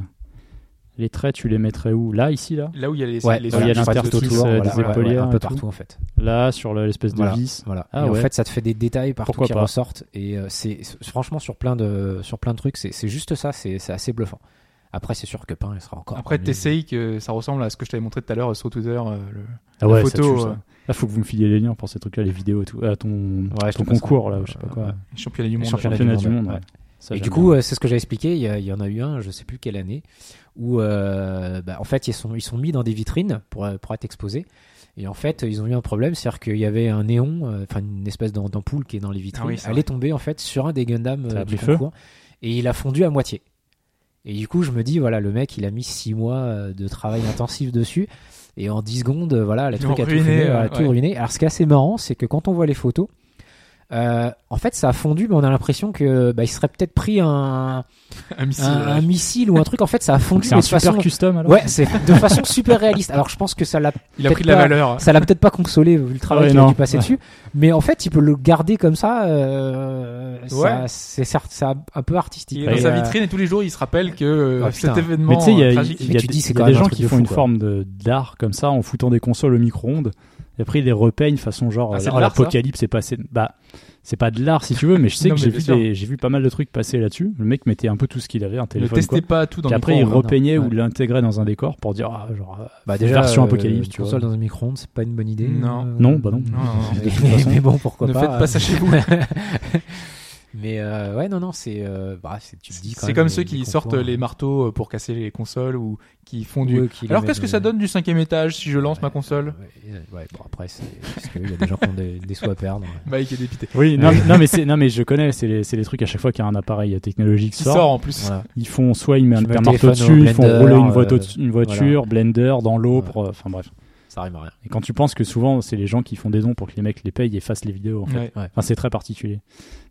Speaker 2: les traits, tu les mettrais où Là, ici, là
Speaker 1: Là où il y a les,
Speaker 3: Ouais,
Speaker 1: les
Speaker 2: voilà,
Speaker 1: les-
Speaker 2: il y a
Speaker 1: les-
Speaker 2: l'interstice,
Speaker 1: les-
Speaker 2: autour,
Speaker 1: les-
Speaker 2: voilà.
Speaker 1: les-
Speaker 2: ouais, épaulières
Speaker 3: un
Speaker 2: euh, et
Speaker 3: peu
Speaker 2: tout.
Speaker 3: partout en fait.
Speaker 2: Là, sur le- l'espèce de vis.
Speaker 3: Voilà.
Speaker 2: Ah
Speaker 3: et en
Speaker 2: ouais.
Speaker 3: fait, ça te fait des détails partout
Speaker 2: Pourquoi
Speaker 3: qui
Speaker 2: pas.
Speaker 3: ressortent. Et euh, c'est c'est- franchement sur plein de sur plein de trucs, c'est c'est juste ça, c'est c'est assez bluffant. Après, c'est sûr que Pain, il sera encore.
Speaker 1: Après,
Speaker 3: mieux.
Speaker 1: t'essayes que ça ressemble à ce que je t'avais montré tout à l'heure euh, sur Twitter, euh, le-
Speaker 2: Ah
Speaker 1: la
Speaker 2: ouais, ça
Speaker 1: photo,
Speaker 2: tue, ça.
Speaker 1: euh,
Speaker 2: Là, faut que vous me filiez les liens pour ces trucs-là, les vidéos et tout. À ton,
Speaker 3: Ouais, je
Speaker 2: ton
Speaker 3: te passerai.
Speaker 2: concours, là, ou je sais pas quoi.
Speaker 3: euh, Ouais.
Speaker 1: championnat du monde.
Speaker 3: championnat
Speaker 2: Championnat du monde,
Speaker 3: ouais.
Speaker 2: ouais. Ça,
Speaker 3: Et
Speaker 2: j'aime
Speaker 3: du coup,
Speaker 2: bien.
Speaker 3: euh, c'est ce que j'ai expliqué. Il y, a- il y en a eu un, je sais plus quelle année, où euh, bah, en fait ils sont ils sont mis dans des vitrines pour euh, pour être exposés. Et en fait, ils ont eu un problème, c'est-à-dire qu'il y avait un néon, euh, enfin une espèce d'am- d'ampoule qui est dans les vitrines,
Speaker 1: Ah oui, c'est
Speaker 3: elle
Speaker 1: vrai.
Speaker 3: est tombée en fait sur un des Gundam
Speaker 2: Ça
Speaker 3: euh,
Speaker 2: a
Speaker 3: du
Speaker 2: pris feu
Speaker 3: concours, et il a fondu à moitié. Et du coup, je me dis, voilà, le mec, il a mis 6 mois euh, de travail intensif dessus, et en 10 secondes, euh, voilà, la
Speaker 1: Ils
Speaker 3: truc
Speaker 1: l'ont
Speaker 3: a, tout,
Speaker 1: ruiné,
Speaker 3: ruiné, a
Speaker 1: ouais.
Speaker 3: tout ruiné. Alors, ce qui est assez marrant, c'est que quand on voit les photos, euh, en fait, ça a fondu, mais on a l'impression que bah, il serait peut-être pris un,
Speaker 1: Un missile.
Speaker 3: un- un missile ou un truc. En fait, ça a fondu
Speaker 2: C'est
Speaker 3: mais
Speaker 2: un
Speaker 3: de
Speaker 2: super
Speaker 3: façon,
Speaker 2: custom alors
Speaker 3: ouais, c'est de façon super réaliste. Alors, je pense que ça l'a
Speaker 1: Il a pris de la
Speaker 3: peut-être pas-
Speaker 1: valeur.
Speaker 3: ça l'a peut-être pas consolé vu le travail
Speaker 2: Ouais,
Speaker 3: qu'il a
Speaker 2: non.
Speaker 3: dû passer
Speaker 2: Ouais.
Speaker 3: dessus mais en fait il peut le garder comme ça euh, ça- c'est certes ça un peu artistique
Speaker 1: Il est
Speaker 2: Ouais,
Speaker 1: dans
Speaker 3: Mais,
Speaker 1: sa
Speaker 3: euh,
Speaker 1: vitrine et tous les jours il se rappelle que euh,
Speaker 3: Ah, putain.
Speaker 1: cet événement
Speaker 2: Mais tu sais, il y a,
Speaker 1: euh,
Speaker 2: il y a
Speaker 1: tragique.
Speaker 3: Mais
Speaker 2: des-
Speaker 3: tu dis, c'est
Speaker 2: il y a
Speaker 3: quand
Speaker 2: des
Speaker 3: même un
Speaker 2: gens
Speaker 3: truc
Speaker 2: qui
Speaker 3: de
Speaker 2: font
Speaker 3: fou,
Speaker 2: une
Speaker 3: quoi.
Speaker 2: forme de- d'art comme ça en foutant des consoles au micro-ondes. Et après, ils les repeignent façon genre
Speaker 1: Ah,
Speaker 2: euh,
Speaker 1: c'est de
Speaker 2: oh,
Speaker 1: l'art, ça
Speaker 2: l'apocalypse est passé. Bah, c'est pas de l'art si tu veux, mais je sais
Speaker 1: Non,
Speaker 2: que
Speaker 1: mais
Speaker 2: j'ai
Speaker 1: bien
Speaker 2: vu,
Speaker 1: sûr.
Speaker 2: des- j'ai vu pas mal de trucs passer là-dessus. Le mec mettait un peu tout ce qu'il avait, un
Speaker 1: Ne
Speaker 2: téléphone.
Speaker 1: testez
Speaker 2: quoi.
Speaker 1: pas tout dans
Speaker 2: Puis
Speaker 1: le
Speaker 2: après, il
Speaker 1: micro-ondes, hein.
Speaker 2: repeignait
Speaker 3: non.
Speaker 2: ou l'intégré dans un décor pour dire ah, genre. euh,
Speaker 3: bah, déjà
Speaker 2: version
Speaker 3: euh,
Speaker 2: Apocalypse,
Speaker 3: une
Speaker 2: tu vois.
Speaker 3: console dans un micro-ondes c'est pas une bonne idée
Speaker 1: Non.
Speaker 3: euh,
Speaker 2: Non, bah non.
Speaker 1: Non, non, non.
Speaker 2: De toute
Speaker 3: mais,
Speaker 2: façon.
Speaker 3: mais bon pourquoi
Speaker 1: Ne
Speaker 3: pas euh.
Speaker 1: faites pas ça chez vous.
Speaker 3: mais euh, ouais non non c'est euh, bah, c'est- tu te dis quand
Speaker 1: C'est
Speaker 3: même,
Speaker 1: comme
Speaker 3: les-
Speaker 1: ceux
Speaker 3: les
Speaker 1: qui
Speaker 3: concours,
Speaker 1: sortent
Speaker 3: euh,
Speaker 1: les marteaux euh, pour casser les consoles ou qui font du.
Speaker 3: ouais, qui les
Speaker 1: Alors
Speaker 3: mettent,
Speaker 1: qu'est-ce que
Speaker 3: euh,
Speaker 1: ça donne du cinquième étage si je lance
Speaker 3: ouais,
Speaker 1: ma console
Speaker 3: ouais, ouais, ouais, bon après c'est parce qu'il y a des gens qui ont des, des sous à perdre
Speaker 1: Mike est dépité.
Speaker 2: Oui, non, mais- non, mais c'est- non, mais je connais, c'est les, c'est les trucs à chaque fois qu'il y a un appareil technologique
Speaker 1: Qui
Speaker 2: qui
Speaker 1: sort,
Speaker 2: sort,
Speaker 1: en plus.
Speaker 3: voilà
Speaker 2: ils font soit ils
Speaker 3: Tu
Speaker 2: mettent
Speaker 3: mets
Speaker 2: un
Speaker 3: le
Speaker 2: marteau
Speaker 3: téléphone au
Speaker 2: dessus, ils font
Speaker 3: blender,
Speaker 2: rouler une,
Speaker 3: euh,
Speaker 2: voiture- une voiture, blender dans l'eau,
Speaker 3: Voilà.
Speaker 2: pour, euh, enfin bref.
Speaker 3: ça rime à rien
Speaker 2: Et quand tu penses que souvent, c'est les gens qui font des dons pour que les mecs les payent et fassent les vidéos, en fait.
Speaker 1: Ouais.
Speaker 2: Enfin, c'est très particulier.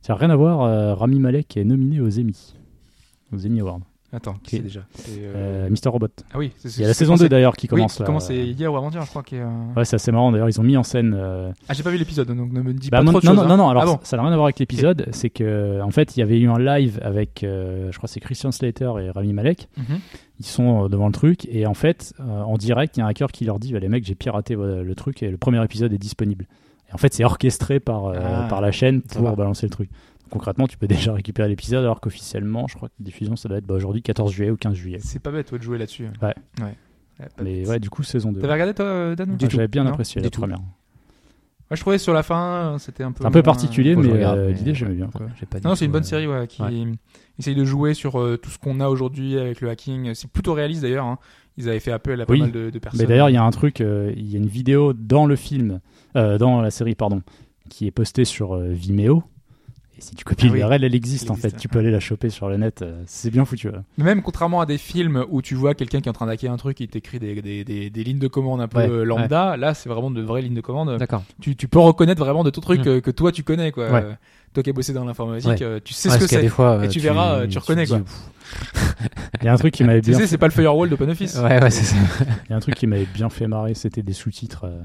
Speaker 2: Ça n'a rien à voir, euh, Rami Malek est nominé aux Emmy. Aux Emmy Awards.
Speaker 1: Attends, qui c'est déjà C'est, euh,
Speaker 2: Euh, Mister Robot.
Speaker 1: Ah oui, c'est c'est-
Speaker 2: Il y a la
Speaker 1: c'est
Speaker 2: saison
Speaker 1: quand
Speaker 2: 2
Speaker 1: c'est-
Speaker 2: d'ailleurs qui
Speaker 1: oui,
Speaker 2: commence.
Speaker 1: qui
Speaker 2: là.
Speaker 1: commence euh, hier ou avant-hier, je crois. qu'il y a un-
Speaker 2: Ouais, c'est assez marrant d'ailleurs. Ils ont mis en scène. euh,
Speaker 1: Ah, j'ai pas vu l'épisode, donc ne me dis
Speaker 2: bah,
Speaker 1: pas
Speaker 2: non,
Speaker 1: trop de
Speaker 2: non,
Speaker 1: choses.
Speaker 2: non, non,
Speaker 1: hein.
Speaker 2: alors
Speaker 1: Ah bon
Speaker 2: ça n'a rien à voir avec l'épisode. C'est que, en fait, il y avait eu un live avec, euh, je crois, que c'est Christian Slater et Rami Malek.
Speaker 1: Mhm.
Speaker 2: ils sont euh, devant le truc et en fait euh, en direct il y a un hacker qui leur dit bah, les mecs j'ai piraté euh, le truc et le premier épisode est disponible et en fait c'est orchestré par, euh,
Speaker 1: Ah,
Speaker 2: par la chaîne
Speaker 1: ça
Speaker 2: pour
Speaker 1: va.
Speaker 2: balancer le truc Donc, concrètement tu peux déjà récupérer l'épisode alors qu'officiellement je crois que la diffusion ça doit être bah, aujourd'hui 14 juillet ou 15 juillet
Speaker 1: C'est pas bête ouais, de jouer là-dessus.
Speaker 2: Ouais.
Speaker 1: ouais. Ouais, pas
Speaker 2: mais
Speaker 1: bête.
Speaker 2: ouais du coup saison 2
Speaker 1: T'avais regardé toi, euh, Dan ou
Speaker 2: Ah,
Speaker 1: pas
Speaker 2: j'avais bien
Speaker 1: Non
Speaker 2: apprécié
Speaker 3: du
Speaker 2: la
Speaker 3: tout.
Speaker 2: première
Speaker 1: Moi, je trouvais sur la fin, euh, c'était un peu.
Speaker 2: c'est un peu
Speaker 1: moins-
Speaker 2: particulier
Speaker 3: Faut que
Speaker 2: mais
Speaker 3: je regarde,
Speaker 2: euh,
Speaker 3: mais-
Speaker 2: l'idée j'aimais bien quoi.
Speaker 3: j'ai pas
Speaker 1: Non,
Speaker 3: du
Speaker 1: c'est
Speaker 3: tout,
Speaker 1: une bonne
Speaker 3: euh,
Speaker 1: série ouais, qui
Speaker 2: ouais.
Speaker 1: essaye de jouer sur euh, tout ce qu'on a aujourd'hui avec le hacking. C'est plutôt réaliste d'ailleurs. hein. Ils avaient fait appel à pas
Speaker 2: Oui.
Speaker 1: mal de, de personnes.
Speaker 2: Mais d'ailleurs, il y a un truc, euh, il y a une vidéo dans le film, euh, dans la série, pardon, qui est postée sur euh, Vimeo. Et si tu copies
Speaker 1: Ah oui.
Speaker 2: l'URL, elle existe
Speaker 1: Elle
Speaker 2: en fait.
Speaker 1: existe.
Speaker 2: Tu peux aller la choper sur le net. euh, c'est bien foutu. ouais.
Speaker 1: Mais Même contrairement à des films où tu vois quelqu'un qui est en train de hacker un truc, il t'écrit des, des, des, des lignes de commande un peu
Speaker 3: Ouais,
Speaker 1: euh, lambda. Là, c'est vraiment de vraies lignes de commande.
Speaker 3: d'accord
Speaker 1: Tu, tu peux reconnaître vraiment de ton truc
Speaker 3: Mm.
Speaker 1: euh, que toi tu connais quoi.
Speaker 2: Ouais.
Speaker 1: Euh, Toi qui as bossé dans l'informatique,
Speaker 3: Ouais.
Speaker 1: euh, tu sais
Speaker 3: Ouais,
Speaker 1: ce que
Speaker 3: parce qu'il y a
Speaker 1: c'est.
Speaker 3: des fois,
Speaker 1: Et
Speaker 3: euh,
Speaker 1: tu verras, euh, tu reconnais,
Speaker 3: te
Speaker 1: quoi.
Speaker 3: dis, pff,
Speaker 2: Il y a un truc qui m'avait
Speaker 1: Tu
Speaker 2: bien,
Speaker 1: sais, c'est pas le firewall d'OpenOffice.
Speaker 3: ouais ouais c'est ça
Speaker 2: il y a un truc qui m'avait bien fait marrer. C'était des sous-titres euh,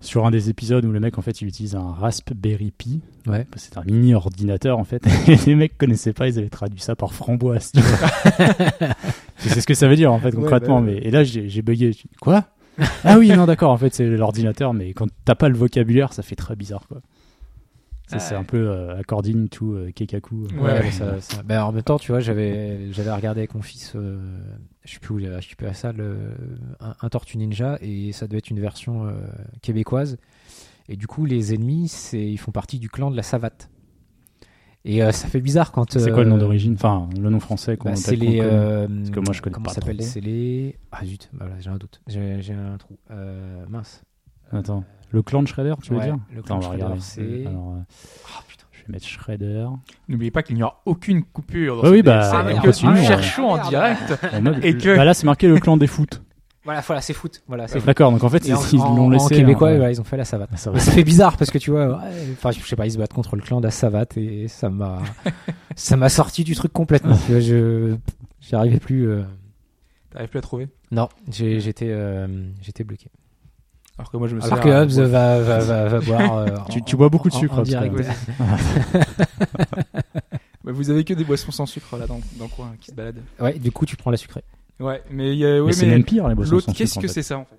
Speaker 2: sur un des épisodes où le mec en fait, il utilise un Raspberry Pi. Bah,
Speaker 3: Ouais.
Speaker 2: C'est un mini ordinateur en fait. Et les mecs connaissaient pas. Ils avaient traduit ça par framboise. tu vois. c'est ce que ça veut dire en fait concrètement.
Speaker 1: bah ouais.
Speaker 2: Mais et là, j'ai j'ai bugué. J'ai dit, Quoi Ah oui, non, d'accord, en fait, c'est l'ordinateur, mais quand t'as pas le vocabulaire, ça fait très bizarre, quoi. C'est
Speaker 1: Ah
Speaker 2: c'est
Speaker 1: ouais.
Speaker 2: un peu euh, according to euh, keikaku. euh,
Speaker 1: Ouais, ouais.
Speaker 3: mais ça- ça- ben, en même temps, tu vois, j'avais j'avais regardé avec mon fils, euh, je sais plus où il avait acheté à ça, le, un, un Tortue Ninja, et ça devait être une version euh, québécoise. Et du coup, les ennemis, c'est ils font partie du clan de la savate. Et euh, ça fait bizarre quand.
Speaker 2: C'est
Speaker 3: euh,
Speaker 2: quoi le nom d'origine Enfin, le nom français qu'on
Speaker 3: bah,
Speaker 2: appelle
Speaker 3: C'est
Speaker 2: qu'on
Speaker 3: les.
Speaker 2: connaît.
Speaker 3: euh,
Speaker 2: que moi, je connais
Speaker 3: comment
Speaker 2: pas
Speaker 3: ça s'appelle
Speaker 2: trop.
Speaker 3: C'est les. Ah zut, bah voilà, j'ai un doute. J'ai j'ai un trou. Euh, mince.
Speaker 2: Attends, le clan de Shredder, tu veux
Speaker 3: Ouais,
Speaker 2: dire
Speaker 3: le
Speaker 2: Attends, on
Speaker 3: clan de
Speaker 2: va
Speaker 3: Shredder,
Speaker 2: regarder.
Speaker 3: c'est- Ah,
Speaker 2: Alors, euh, je vais mettre Shredder.
Speaker 1: N'oubliez pas qu'il n'y aura aucune coupure. dans
Speaker 2: Oui,
Speaker 1: ce
Speaker 2: oui, bah,
Speaker 1: DLC,
Speaker 2: on
Speaker 1: que
Speaker 2: continue,
Speaker 1: nous
Speaker 2: on-
Speaker 1: cherchons en
Speaker 3: Merde.
Speaker 1: direct.
Speaker 2: Bon, moi,
Speaker 1: Et
Speaker 2: le-
Speaker 1: que-
Speaker 2: bah là, c'est marqué le clan des foot.
Speaker 3: Voilà, voilà, c'est foot. Voilà, c'est
Speaker 2: D'accord, donc en fait,
Speaker 3: Et
Speaker 2: c'est- ils l'ont laissé.
Speaker 3: en québécois,
Speaker 2: hein,
Speaker 3: voilà, ils ont fait la savate.
Speaker 2: Ça va.
Speaker 3: Ça fait bizarre parce que tu vois, ouais, enfin, je sais pas, ils se battent contre le clan de la savate et ça m'a, ça m'a sorti du truc complètement. Tu vois, je, j'y arrivais plus. euh,
Speaker 1: T'arrives plus à trouver.
Speaker 3: Non, j'ai- j'étais, euh, j'étais bloqué.
Speaker 1: Alors que moi, je me
Speaker 3: Alors
Speaker 1: sers
Speaker 3: que
Speaker 1: à-
Speaker 3: Hobbs va, va, va, va boire. euh,
Speaker 2: Tu-
Speaker 3: en-
Speaker 2: tu bois beaucoup de
Speaker 3: en-
Speaker 2: sucre,
Speaker 3: en
Speaker 2: parce que-
Speaker 3: direct.
Speaker 1: Ouais. Bah, vous avez que des boissons sans sucre là dans, dans le coin qui se baladent.
Speaker 3: Ouais, du coup, tu prends la sucrée.
Speaker 1: Ouais, mais il y a- ouais,
Speaker 2: Mais c'est
Speaker 1: mais
Speaker 2: même pire, les boissons
Speaker 1: l'autre,
Speaker 2: sans
Speaker 1: qu'est-ce
Speaker 2: sucre, en
Speaker 1: que
Speaker 2: fait.
Speaker 1: c'est ça en fait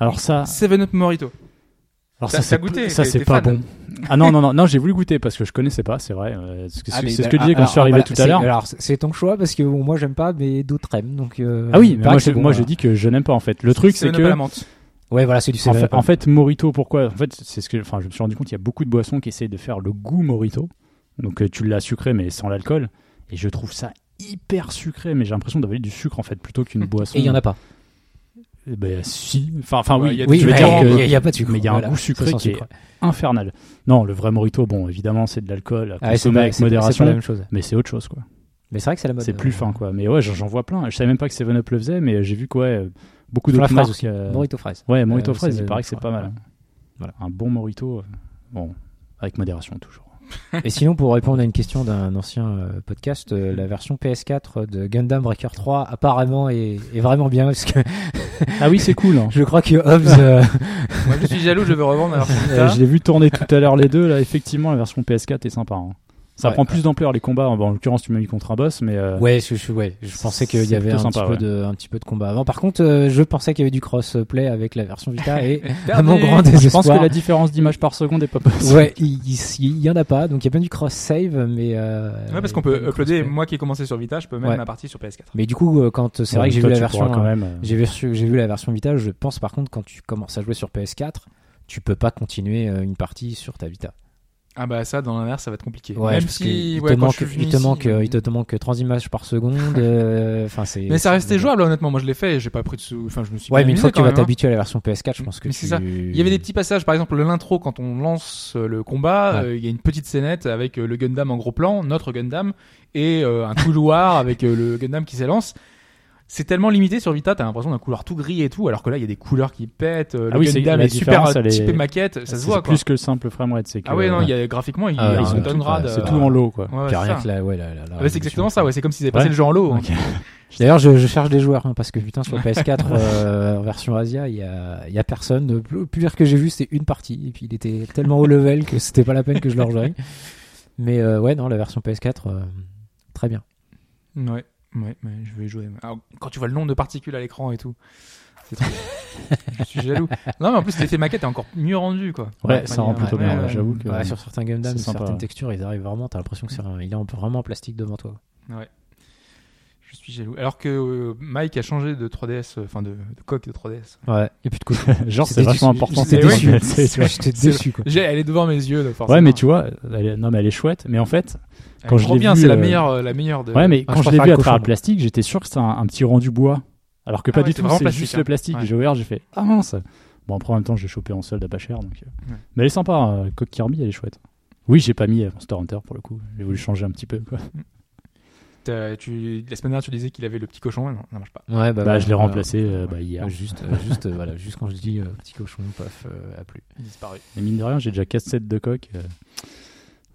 Speaker 2: Alors ça,
Speaker 1: Seven Up Morito.
Speaker 2: Alors
Speaker 1: T'as-
Speaker 2: ça, c'est
Speaker 1: t'as goûté,
Speaker 2: ça
Speaker 1: t'es-
Speaker 2: c'est
Speaker 1: t'es
Speaker 2: pas
Speaker 1: fan.
Speaker 2: bon. Ah non non non non j'ai voulu goûter parce que je connaissais pas c'est vrai. euh, c'est ce que,
Speaker 3: Ah, mais
Speaker 2: c'est ce
Speaker 3: bah,
Speaker 2: que je disais quand
Speaker 3: alors,
Speaker 2: je suis arrivé
Speaker 3: voilà,
Speaker 2: tout
Speaker 3: c'est-
Speaker 2: à l'heure.
Speaker 3: Alors, c'est- c'est ton choix parce que bon, moi, j'aime pas, mais d'autres aiment. Donc, euh,
Speaker 2: Ah oui
Speaker 3: il
Speaker 2: mais
Speaker 3: paraît
Speaker 2: moi
Speaker 3: que
Speaker 2: je,
Speaker 3: c'est bon,
Speaker 2: moi
Speaker 3: voilà.
Speaker 2: je dis que je n'aime pas en fait. Le truc c'est
Speaker 1: Seven Up à
Speaker 2: que
Speaker 1: la menthe.
Speaker 3: Ouais, voilà, c'est du
Speaker 2: en
Speaker 3: Seven
Speaker 2: fait,
Speaker 3: Up,
Speaker 2: en
Speaker 3: hein.
Speaker 2: fait Morito pourquoi en fait c'est ce que enfin je me suis rendu compte il y a beaucoup de boissons qui essayent de faire le goût Morito donc euh, tu l'as sucré mais sans l'alcool et je trouve ça hyper sucré mais j'ai l'impression d'avoir du sucre en fait plutôt qu'une boisson.
Speaker 3: Et il y en a pas.
Speaker 2: Eh Ben si. Enfin, enfin
Speaker 1: Ouais,
Speaker 2: oui.
Speaker 1: il y a
Speaker 2: tu
Speaker 1: des-
Speaker 3: Oui,
Speaker 2: veux
Speaker 3: mais
Speaker 2: dire que-
Speaker 3: il y a- il y a pas de sucre.
Speaker 2: mais il y a un
Speaker 3: Voilà,
Speaker 2: goût
Speaker 3: ça
Speaker 2: sucré
Speaker 3: sent
Speaker 2: qui
Speaker 3: sucre.
Speaker 2: infernal. Non, le vrai Morito, bon, évidemment, c'est de l'alcool à
Speaker 3: Ah, c'est
Speaker 2: consommer
Speaker 3: pas-
Speaker 2: avec
Speaker 3: c'est- C'est pas la
Speaker 2: modération,
Speaker 3: même chose. Bah,
Speaker 2: mais c'est autre chose, quoi.
Speaker 3: Mais c'est vrai que c'est la mode.
Speaker 2: C'est plus fin, quoi. Mais ouais, j'en j'en vois plein. Je savais même pas que Seven Up le faisait, mais j'ai vu que ouais, euh, beaucoup
Speaker 3: Pour la
Speaker 2: d'autres
Speaker 3: fraise
Speaker 2: marques,
Speaker 3: aussi.
Speaker 2: euh,
Speaker 3: Morito fraise.
Speaker 2: Ouais, Morito
Speaker 3: Euh,
Speaker 2: fraise,
Speaker 3: c'est-
Speaker 2: il paraît que c'est pas mal.
Speaker 3: Voilà.
Speaker 2: Un bon Morito, euh, bon, avec modération toujours.
Speaker 3: Et sinon, pour répondre à une question d'un ancien euh, podcast, euh, la version PS4 de Gundam Breaker 3 apparemment est, est vraiment bien parce que
Speaker 2: Ah oui, c'est cool. hein.
Speaker 3: je crois que Hobbs, euh,
Speaker 1: Moi, je suis jaloux, je veux revendre ma version
Speaker 2: Euh,
Speaker 1: Vita.
Speaker 2: je l'ai vu tourner tout à l'heure les deux. Là, effectivement, la version PS4 est sympa. hein. Ça
Speaker 3: Ouais.
Speaker 2: prend plus d'ampleur les combats. Bon, en l'occurrence, tu m'as mis contre un boss, mais euh,
Speaker 3: ouais, je, je- ouais, je pensais qu'il y
Speaker 2: C'est
Speaker 3: avait un,
Speaker 2: plutôt
Speaker 3: petit
Speaker 2: sympa,
Speaker 3: peu
Speaker 2: ouais.
Speaker 3: de, un petit peu de combat avant. Par contre, euh, je pensais qu'il y avait du crossplay avec la version Vita et à
Speaker 1: Perdu.
Speaker 3: mon grand
Speaker 2: je
Speaker 3: désespoir.
Speaker 2: pense que la différence d'image par seconde est pas possible.
Speaker 3: Ouais, il, il- il y en a pas, donc il y a bien du cross save, mais euh,
Speaker 1: Ouais, parce qu'on
Speaker 3: il y
Speaker 1: peut
Speaker 3: a pas de
Speaker 1: uploader.
Speaker 3: crossplay.
Speaker 1: Moi qui ai commencé sur Vita, je peux même
Speaker 3: Ouais.
Speaker 1: ma partie sur PS4.
Speaker 3: Mais du coup, euh, quand c'est vrai que j'ai vu
Speaker 2: Toi,
Speaker 3: la
Speaker 2: tu
Speaker 3: version, hein.
Speaker 2: pourras quand même. euh,
Speaker 3: j'ai vu, j'ai vu la version Vita. Je pense par contre, quand tu commences à jouer sur PS4, tu peux pas continuer euh, une partie sur ta Vita.
Speaker 1: Ah bah ça, dans l'inverse, ça va être compliqué.
Speaker 3: Ouais,
Speaker 1: même
Speaker 3: parce que
Speaker 1: si,
Speaker 3: il
Speaker 1: ouais,
Speaker 3: te
Speaker 1: quand je
Speaker 3: manque,
Speaker 1: suis venu
Speaker 3: il te
Speaker 1: ici,
Speaker 3: manque,
Speaker 1: euh,
Speaker 3: euh, il te manque 3 images par seconde. euh, Enfin, c'est.
Speaker 1: Mais ça
Speaker 3: c'est-
Speaker 1: restait jouable, honnêtement. Moi, je l'ai fait et j'ai pas pris de sous. Enfin, je me suis.
Speaker 3: Ouais,
Speaker 1: bien
Speaker 3: mais une
Speaker 1: amusé
Speaker 3: fois que tu
Speaker 1: quand
Speaker 3: vas
Speaker 1: même, hein.
Speaker 3: t'habituer à la version PS4, je pense que
Speaker 1: Mais
Speaker 3: tu.
Speaker 1: c'est ça. Il y avait des petits passages, par exemple l'intro quand on lance euh, le combat,
Speaker 3: Ouais.
Speaker 1: euh, il y a une petite scénette avec euh, le Gundam en gros plan, notre Gundam, et euh, un couloir avec euh, le Gundam qui s'élance. C'est tellement limité sur Vita, t'as l'impression d'un couloir tout gris et tout, alors que là il y a des couleurs qui pètent, euh,
Speaker 2: Ah
Speaker 1: le
Speaker 2: oui, c'est-
Speaker 1: Gundam
Speaker 2: la
Speaker 1: est super
Speaker 2: différence, elle est-
Speaker 1: typé maquette, ça se
Speaker 2: c'est
Speaker 1: voit quoi.
Speaker 2: plus que le simple framerate, c'est que
Speaker 1: Ah ouais, non,
Speaker 2: euh,
Speaker 1: il y a, graphiquement il y
Speaker 3: Ah ouais,
Speaker 1: a
Speaker 2: ils
Speaker 1: un
Speaker 2: ont
Speaker 1: ton
Speaker 2: tout,
Speaker 1: grade.
Speaker 2: ouais, c'est
Speaker 1: euh,
Speaker 2: tout en lot, quoi.
Speaker 1: ouais, ouais,
Speaker 3: Car
Speaker 1: c'est
Speaker 3: rien
Speaker 1: ça.
Speaker 3: que la- ouais, la- la- la
Speaker 1: Ouais, c'est exactement ça, ouais, c'est comme s'ils avaient
Speaker 2: Ouais.
Speaker 1: passé le jeu en lot. hein.
Speaker 2: Ok.
Speaker 3: D'ailleurs, je, je cherche des joueurs, hein, parce que putain, sur PS4, euh, en version Asia, il y a, il y a personne. Le plus le plus pire que j'ai vu, c'était une partie. Et puis, il était tellement haut level que c'était pas la peine que je le rejoigne. Mais euh, ouais, non, la version PS4, euh, très bien.
Speaker 1: Ouais, ouais, mais je vais y jouer. Alors, quand tu vois le nombre de particules à l'écran et tout, c'est trop. bien. je suis jaloux. Non, mais en plus, l'effet maquette est encore mieux rendu, quoi.
Speaker 2: Ouais,
Speaker 1: De
Speaker 2: ça
Speaker 1: manière-
Speaker 2: rend plutôt bien, ouais, j'avoue que-
Speaker 3: Ouais, sur certains Gundam,
Speaker 2: c'est sympa,
Speaker 3: certaines
Speaker 2: ouais.
Speaker 3: textures, ils arrivent vraiment, t'as l'impression que c'est un- il est en- vraiment en plastique devant toi.
Speaker 1: Je suis jaloux. Alors que euh, Mike a changé de 3DS, euh, enfin de, de coque de 3DS.
Speaker 3: Ouais, et plus de couche.
Speaker 2: Genre,
Speaker 3: J'étais
Speaker 2: c'est vachement
Speaker 3: déçu.
Speaker 2: important.
Speaker 3: J'étais
Speaker 2: cette
Speaker 1: déçu.
Speaker 2: image, c'est- tu vois.
Speaker 3: J'étais déçu, quoi.
Speaker 1: J'ai, elle est devant mes yeux, donc, forcément.
Speaker 2: Ouais, mais tu vois, elle est- non, mais elle est chouette. Mais en fait,
Speaker 1: Elle est
Speaker 2: quand je
Speaker 1: trop
Speaker 2: l'ai
Speaker 1: bien,
Speaker 2: vue,
Speaker 1: c'est la
Speaker 2: euh,
Speaker 1: meilleure, euh, la meilleure de.
Speaker 2: ouais, mais
Speaker 3: Ah,
Speaker 2: quand
Speaker 3: je
Speaker 2: je l'ai
Speaker 3: préfère
Speaker 2: vu
Speaker 3: le
Speaker 2: à travers
Speaker 3: cochon.
Speaker 2: le plastique, j'étais sûr que c'était un, un petit rendu bois. Alors que
Speaker 1: Ah
Speaker 2: pas
Speaker 1: ouais,
Speaker 2: du
Speaker 1: c'est
Speaker 2: tout,
Speaker 1: vraiment
Speaker 2: c'est
Speaker 1: plastique,
Speaker 2: juste
Speaker 1: hein.
Speaker 2: le plastique.
Speaker 1: Ouais.
Speaker 2: J'ai ouvert, j'ai fait ah mince. Bon après en même temps, j'ai chopé en solde à pas cher, donc. euh.
Speaker 1: Ouais.
Speaker 2: Mais elle est sympa, euh, Coq Kirby, elle est chouette. Oui, j'ai pas mis euh, Monster Hunter pour le coup. J'ai voulu changer un petit peu. Quoi.
Speaker 1: T'as- tu- la semaine dernière, tu disais qu'il avait le petit cochon. Non, ça marche pas.
Speaker 3: Ouais,
Speaker 2: Bah,
Speaker 3: voilà,
Speaker 2: je l'ai
Speaker 3: voilà.
Speaker 2: remplacé euh, bah, hier.
Speaker 3: Euh, Juste, euh, juste, euh, voilà, juste quand je dis euh, petit cochon, paf, euh, a plu.
Speaker 1: Il disparaît.
Speaker 2: Et mine de rien, j'ai déjà 4 sets de Coq. euh.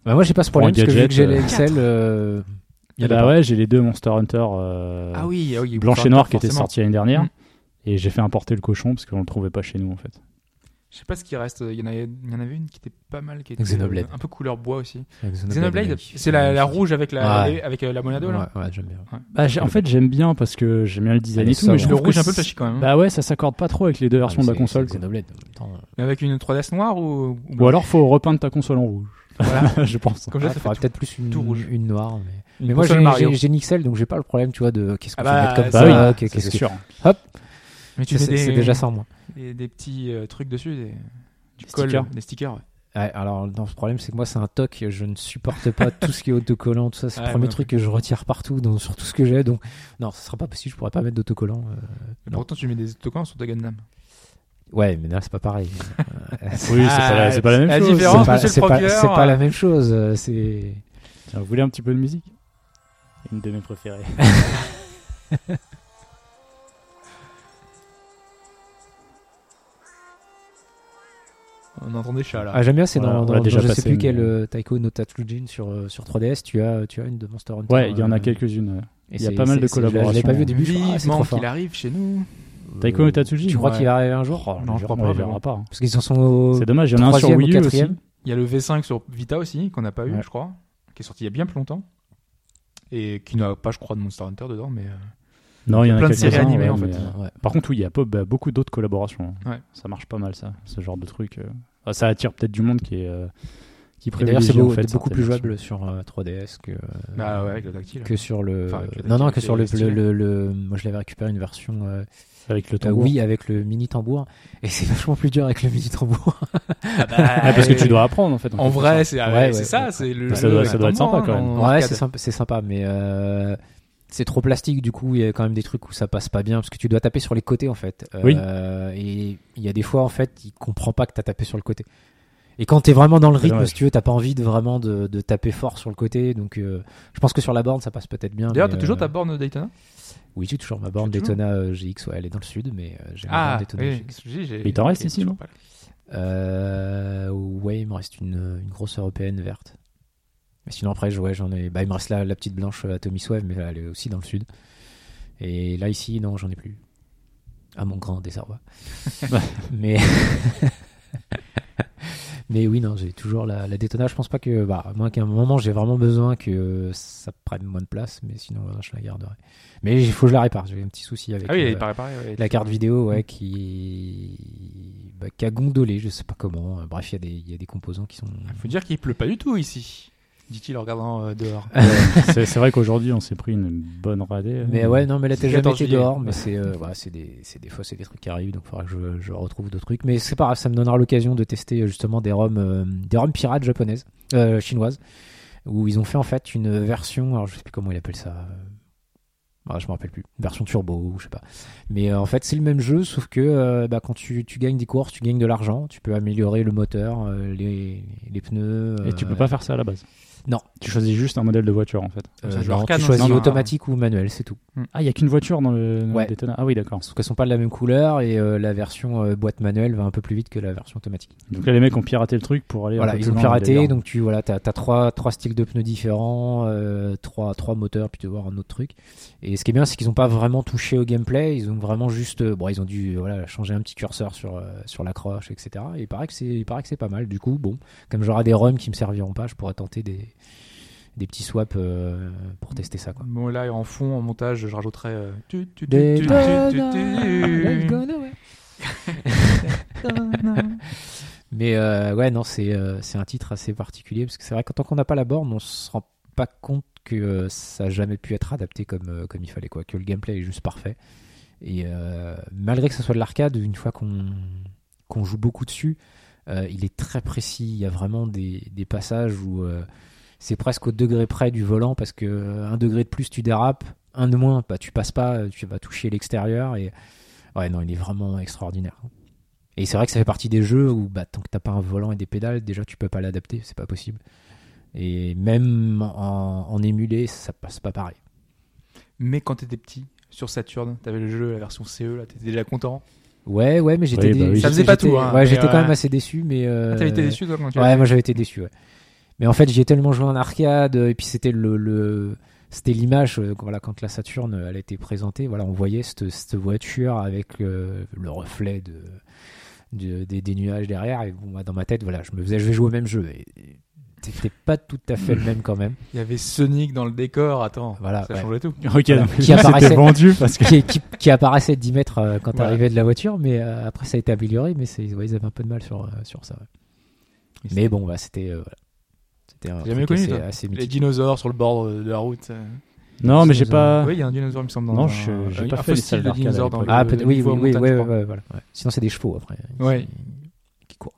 Speaker 3: Bah moi j'ai pas ce
Speaker 2: Pour
Speaker 3: problème
Speaker 2: un
Speaker 3: parce que vu que j'ai
Speaker 2: gadget,
Speaker 3: les
Speaker 2: euh,
Speaker 3: XL, euh, il y en a
Speaker 2: bah
Speaker 3: pas.
Speaker 2: ouais, j'ai les deux Monster Hunter. euh,
Speaker 1: Ah oui, ah oui,
Speaker 2: Blanche et
Speaker 1: forcément.
Speaker 2: Noire qui était sorti l'année dernière.
Speaker 1: Mm.
Speaker 2: Et j'ai fait importer le cochon parce qu'on le trouvait pas chez nous en fait.
Speaker 1: Je sais pas ce qui reste. Il y en avait, il y en avait une qui était pas mal, qui était euh,
Speaker 3: Xenoblade.
Speaker 1: un peu couleur bois aussi.
Speaker 3: Avec
Speaker 1: Xenoblade,
Speaker 3: mec.
Speaker 1: c'est la, la rouge avec la,
Speaker 3: Ouais.
Speaker 1: avec euh, la monado là.
Speaker 3: Ouais, ouais, j'aime bien.
Speaker 2: Bah, j'ai- en fait, j'aime bien parce que j'aime bien le design
Speaker 3: Elle est
Speaker 2: et tout. Mais
Speaker 3: sobre.
Speaker 2: je
Speaker 1: Le
Speaker 2: trouve
Speaker 1: rouge
Speaker 2: que
Speaker 1: un peu
Speaker 2: c'est-
Speaker 1: flashy quand même. hein.
Speaker 2: Bah ouais, ça s'accorde pas trop avec les deux versions de la
Speaker 3: Ah, mais c'est-
Speaker 2: console.
Speaker 3: c'est
Speaker 2: quoi.
Speaker 3: Xenoblade, en même temps. euh,
Speaker 1: Mais avec une 3DS noire ou, ou
Speaker 2: Ou alors faut repeindre ta console en rouge,
Speaker 1: voilà.
Speaker 2: je pense.
Speaker 1: Comme ça,
Speaker 3: Ah,
Speaker 1: ça fait
Speaker 3: faudra peut-être plus une,
Speaker 1: tout rouge.
Speaker 3: une noire. Mais,
Speaker 1: Une
Speaker 3: mais moi
Speaker 1: console
Speaker 3: j'ai-
Speaker 1: Mario.
Speaker 3: j'ai j'ai une XL donc j'ai pas le problème tu vois de qu'est-ce qu'on
Speaker 1: Ah bah,
Speaker 3: va mettre comme
Speaker 1: ça,
Speaker 3: ça.
Speaker 1: oui.
Speaker 3: euh,
Speaker 2: Ça,
Speaker 3: qu'est- qu'est-ce
Speaker 2: c'est
Speaker 3: que-
Speaker 2: sûr.
Speaker 1: Mais tu
Speaker 3: C'est
Speaker 1: mets des,
Speaker 3: c'est déjà sans moi.
Speaker 1: des, des petits euh, trucs dessus, des, tu
Speaker 2: Des
Speaker 1: colles,
Speaker 2: stickers.
Speaker 1: des stickers. ouais.
Speaker 3: Ouais, alors non, le problème c'est que moi c'est un toc, je ne supporte pas tout ce qui est autocollant, tout ça. C'est
Speaker 1: Ouais,
Speaker 3: le premier
Speaker 1: moi
Speaker 3: truc que je retire partout donc, sur tout ce que j'ai. Donc non, ce sera pas possible, je pourrais pas mettre d'autocollant. euh.
Speaker 1: Mais
Speaker 3: Non.
Speaker 1: Pourtant, tu mets des autocollants sur ta Gundam.
Speaker 3: Ouais, mais là c'est pas pareil. Euh,
Speaker 2: Oui, c'est pas, la- c'est pas la même
Speaker 1: la
Speaker 2: chose.
Speaker 3: C'est
Speaker 1: différence.
Speaker 2: C'est
Speaker 3: pas-
Speaker 1: monsieur le
Speaker 3: c'est pas,
Speaker 1: procureur,
Speaker 3: c'est pas
Speaker 1: euh.
Speaker 3: la même chose. euh, C'est
Speaker 2: pas- Tiens, vous voulez un petit peu de musique Une de mes préférées.
Speaker 1: On entend des chats là.
Speaker 3: Ah, j'aime bien, c'est
Speaker 2: Voilà,
Speaker 3: dans,
Speaker 2: on
Speaker 3: dans-
Speaker 2: l'a
Speaker 3: dans-
Speaker 2: déjà
Speaker 3: je
Speaker 2: passé,
Speaker 3: sais
Speaker 2: mais-
Speaker 3: plus quel euh, Taiko no Tatsujin sur, euh, sur 3DS, tu as, tu as une de Monster Hunter.
Speaker 2: Ouais, il y en
Speaker 3: euh,
Speaker 2: a quelques-unes.
Speaker 3: et
Speaker 2: il y a
Speaker 3: c'est-
Speaker 2: pas mal
Speaker 3: c'est-
Speaker 2: de
Speaker 3: c'est- je l'ai- Je l'ai pas vu
Speaker 2: collaborations.
Speaker 3: au début, je crois, ah, c'est trop
Speaker 1: Vivement
Speaker 3: fort.
Speaker 1: qu'il arrive chez nous.
Speaker 2: Taiko no Tatsuji
Speaker 3: Tu crois
Speaker 1: ouais.
Speaker 3: qu'il va arriver un
Speaker 2: Oh,
Speaker 3: jour
Speaker 1: Non, je
Speaker 2: je
Speaker 1: crois
Speaker 2: crois
Speaker 1: pas, mais bon.
Speaker 2: pas. hein.
Speaker 3: Parce qu'ils en sont au
Speaker 2: C'est dommage, il y en a un sur
Speaker 3: troisième ou
Speaker 2: Wii U aussi.
Speaker 3: quatrième.
Speaker 1: Il y a le V5 sur Vita aussi, qu'on n'a pas eu,
Speaker 2: Ouais.
Speaker 1: je crois, qui est sorti il y a bien plus longtemps. Et qui n'a pas, je crois, de Monster Hunter dedans, mais. euh,
Speaker 2: Non, il y en a
Speaker 1: Plein de séries
Speaker 2: quelques-uns,
Speaker 1: animées,
Speaker 2: ouais,
Speaker 1: en
Speaker 2: mais,
Speaker 1: fait.
Speaker 2: euh,
Speaker 3: Ouais.
Speaker 2: Par contre, oui, il y a pas- bah, beaucoup d'autres collaborations. hein.
Speaker 1: Ouais.
Speaker 2: Ça marche pas mal, ça, ce genre de truc. euh. Ah, Ça attire peut-être du monde qui est euh, qui
Speaker 3: Et D'ailleurs,
Speaker 2: privilégie
Speaker 3: c'est beau-
Speaker 2: en fait,
Speaker 3: beaucoup
Speaker 2: certaines
Speaker 3: plus
Speaker 2: versions.
Speaker 3: jouable sur euh, 3DS que, euh,
Speaker 1: Bah ouais, avec le tactile.
Speaker 3: que sur le.
Speaker 1: Enfin, avec le
Speaker 3: non, non,
Speaker 1: tactile,
Speaker 3: que sur le,
Speaker 1: c'est
Speaker 3: le,
Speaker 1: stylé.
Speaker 3: le- le- Moi, je l'avais récupéré une version euh,
Speaker 2: avec le
Speaker 3: euh,
Speaker 2: tambour.
Speaker 3: Wii avec le mini tambour. Et c'est vachement plus dur avec le mini tambour.
Speaker 2: Ah, parce que
Speaker 3: Euh,
Speaker 2: tu dois apprendre en fait.
Speaker 1: bah, En vrai, c'est ah ouais,
Speaker 3: Ouais,
Speaker 1: c'est
Speaker 3: ouais,
Speaker 1: ça,
Speaker 3: ouais.
Speaker 1: c'est le.
Speaker 2: Ça
Speaker 1: le-
Speaker 2: doit- ça doit être
Speaker 1: comment,
Speaker 2: sympa,
Speaker 1: hein,
Speaker 2: quand
Speaker 1: en
Speaker 2: même.
Speaker 3: ouais,
Speaker 1: arcade.
Speaker 3: c'est sympa, c'est sympa, mais. euh, c'est trop plastique, du coup, il y a quand même des trucs où ça passe pas bien, parce que tu dois taper sur les côtés, en fait.
Speaker 2: Oui.
Speaker 3: Euh, et il y a des fois, en fait, il comprend pas que t'as tapé sur le côté. Et quand t'es vraiment dans le
Speaker 2: C'est
Speaker 3: rythme,
Speaker 2: dommage.
Speaker 3: si tu veux, t'as pas envie de vraiment de, de taper fort sur le côté. Donc, euh, je pense que sur la borne, ça passe peut-être bien.
Speaker 1: D'ailleurs,
Speaker 3: mais,
Speaker 1: t'as toujours
Speaker 3: euh,
Speaker 1: ta borne Daytona
Speaker 3: Oui, j'ai toujours ma borne
Speaker 1: toujours
Speaker 3: Daytona euh, GX. Ouais, elle est dans le sud, mais euh, j'ai ma
Speaker 1: Ah,
Speaker 3: borne Daytona
Speaker 1: oui,
Speaker 3: GX.
Speaker 1: j'ai- j'ai-
Speaker 2: Il t'en reste
Speaker 1: j'ai
Speaker 2: ici,
Speaker 1: toujours
Speaker 2: non
Speaker 1: pas là.
Speaker 3: Euh, ouais, il me reste une, une grosse européenne verte. Mais sinon, après, je- ouais, j'en ai. Bah, il me reste la, la petite blanche à Tommy Swave, mais elle est aussi dans le sud. Et là, ici, non, j'en ai plus. À mon grand désarroi. mais. mais oui, non, j'ai toujours la, la Daytona. Je pense pas que. Bah, à moins qu'à un moment, j'ai vraiment besoin que ça prenne moins de place, mais sinon, euh, je la garderai. Mais il faut que je la répare. J'ai eu un petit souci avec.
Speaker 1: Ah oui,
Speaker 3: euh,
Speaker 1: il paraît pareil. ouais.
Speaker 3: la carte vidéo, ouais, qui, bah, qui a gondolé, je sais pas comment. Euh, Bref, il y, a des- il y a des composants qui sont.
Speaker 1: Il Ah, faut dire qu'il pleut pas du tout ici, dit-il en regardant euh, dehors.
Speaker 2: c'est c'est vrai qu'aujourd'hui, on s'est pris une bonne radée. euh,
Speaker 3: Mais ouais, non, mais là, t'as
Speaker 1: C'est
Speaker 3: jamais
Speaker 1: 14
Speaker 3: été
Speaker 1: juillet.
Speaker 3: dehors, mais c'est euh, voilà, c'est des, c'est des fois, c'est des trucs qui arrivent, donc faudra que je, je retrouve d'autres trucs. Mais c'est pas grave, ça me donnera l'occasion de tester euh, justement des roms, euh, des roms pirates japonaises, euh, chinoises, où ils ont fait en fait une version, alors je sais plus comment ils appellent ça, euh, ah, je me rappelle plus, version turbo ou je sais pas. Mais euh, en fait, c'est le même jeu, sauf que euh, bah, quand tu, tu gagnes des courses, tu gagnes de l'argent, tu peux améliorer le moteur, euh, les, les pneus.
Speaker 2: Et tu
Speaker 3: euh,
Speaker 2: peux pas faire ça à la base.
Speaker 3: Non.
Speaker 2: Tu choisis juste un modèle de voiture, en fait.
Speaker 1: Comme
Speaker 3: euh,
Speaker 1: ça, du
Speaker 3: genre,
Speaker 1: arcade,
Speaker 3: tu
Speaker 1: non,
Speaker 2: hein.
Speaker 3: choisis
Speaker 1: c'est un-
Speaker 3: automatique ou manuel, c'est tout.
Speaker 2: Ah, il n'y a qu'une voiture dans le, dans le
Speaker 3: Ouais.
Speaker 2: Daytona. Ah oui, d'accord.
Speaker 3: Sauf qu'elles sont pas de la même couleur et euh, la version euh, boîte manuelle va un peu plus vite que la version automatique.
Speaker 2: Donc là, les mecs ont piraté le truc pour aller. un
Speaker 3: voilà,
Speaker 2: peu
Speaker 3: ils
Speaker 2: plus
Speaker 3: ont
Speaker 2: loin dans le
Speaker 3: piraté,
Speaker 2: délire.
Speaker 3: donc tu voilà, t'as as trois, trois styles de pneus différents, euh, trois, trois moteurs, puis tu vas voir un autre truc. Et ce qui est bien, c'est qu'ils ont pas vraiment touché au gameplay, ils ont vraiment juste, euh, bon, ils ont dû euh, voilà changer un petit curseur sur euh, sur l'accroche, etc. Et il paraît que c'est, il paraît que c'est pas mal. Du coup, bon, comme j'aurai des roms qui me serviront pas, je pourrais tenter des des petits swaps euh, pour tester ça quoi.
Speaker 1: Bon, là, en fond, en montage, je rajouterai. euh, tu, tu, tu, tu, tu, tu, tu.
Speaker 3: Mais euh, ouais, non, c'est euh, c'est un titre assez particulier parce que c'est vrai que tant qu'on n'a pas la borne, on se rend pas compte que euh, ça a jamais pu être adapté comme, euh, comme il fallait, quoi. Que le gameplay est juste parfait. Et euh, malgré que ce soit de l'arcade, une fois qu'on qu'on joue beaucoup dessus, euh, il est très précis. Il y a vraiment des, des passages où euh, c'est presque au degré près du volant parce que euh, un degré de plus tu dérapes, un de moins, bah, tu passes pas, tu vas toucher l'extérieur et ouais non, il est vraiment extraordinaire. Et c'est vrai que ça fait partie des jeux où bah, tant que t'as pas un volant et des pédales, déjà tu peux pas l'adapter, c'est pas possible. Et même en, en émulé, ça passe pas pareil.
Speaker 1: Mais quand t'étais petit, sur Saturn, t'avais le jeu, la version CE, là, t'étais déjà content.
Speaker 3: Ouais, ouais, mais j'étais
Speaker 2: Oui, bah
Speaker 3: dé-
Speaker 2: oui.
Speaker 1: Ça faisait pas
Speaker 3: j'étais-
Speaker 1: tout, hein,
Speaker 3: ouais,
Speaker 1: mais
Speaker 3: j'étais
Speaker 1: ouais.
Speaker 3: quand même assez déçu, mais euh,
Speaker 1: Ah, T'avais été déçu, toi, quand tu
Speaker 3: Ouais,
Speaker 1: l'avais
Speaker 3: moi j'avais été déçu. ouais. Mais en fait, j'y ai tellement joué en arcade, euh, et puis c'était le, le- c'était l'image. euh, Voilà, quand la Saturn euh, elle a été présentée, voilà, on voyait cette, cette voiture avec euh, le reflet de, de- des, des nuages derrière. Et bon, moi, dans ma tête, voilà, je me faisais, je vais jouer au même jeu. Et, et c'était pas tout à fait le même quand même.
Speaker 1: Il y avait Sonic dans le décor, attends.
Speaker 3: Voilà,
Speaker 1: Ça
Speaker 3: ouais.
Speaker 1: changeait tout.
Speaker 2: Ok,
Speaker 3: Voilà.
Speaker 2: donc
Speaker 3: Qui
Speaker 2: c'était
Speaker 3: apparaissait.
Speaker 2: vendu parce que.
Speaker 3: qui, qui- qui apparaissait de 10 mètres euh, quand
Speaker 1: Voilà.
Speaker 3: t'arrivais de la voiture, mais euh, après ça a été amélioré, mais c'est- ouais, ils avaient un peu de mal sur, euh, sur ça. ouais.
Speaker 1: Mais
Speaker 3: Mais bon, bah, c'était euh, voilà. C'était un
Speaker 1: J'ai jamais
Speaker 3: truc
Speaker 1: connu,
Speaker 3: assez,
Speaker 1: toi.
Speaker 3: assez
Speaker 1: Les
Speaker 3: mythique.
Speaker 1: dinosaures sur le bord euh, de la route. euh.
Speaker 2: Non, mais j'ai
Speaker 3: Ils ont-
Speaker 2: pas.
Speaker 1: Oui, il y a un dinosaure, il me semble, dans
Speaker 2: Non,
Speaker 1: un-
Speaker 2: je- j'ai
Speaker 1: un-
Speaker 2: pas
Speaker 1: un
Speaker 2: fait les
Speaker 1: fossile
Speaker 2: salles
Speaker 1: de
Speaker 2: d'arcade à
Speaker 1: dinosaure dans
Speaker 2: l'époque.
Speaker 1: le-
Speaker 3: Ah,
Speaker 1: le
Speaker 3: peut-être, oui,
Speaker 1: niveau
Speaker 3: oui,
Speaker 1: à
Speaker 3: oui,
Speaker 1: montagne,
Speaker 3: ouais,
Speaker 1: je crois.
Speaker 3: ouais, voilà. ouais. Sinon, c'est des chevaux après. qui-
Speaker 1: Ouais.
Speaker 3: Qui courent.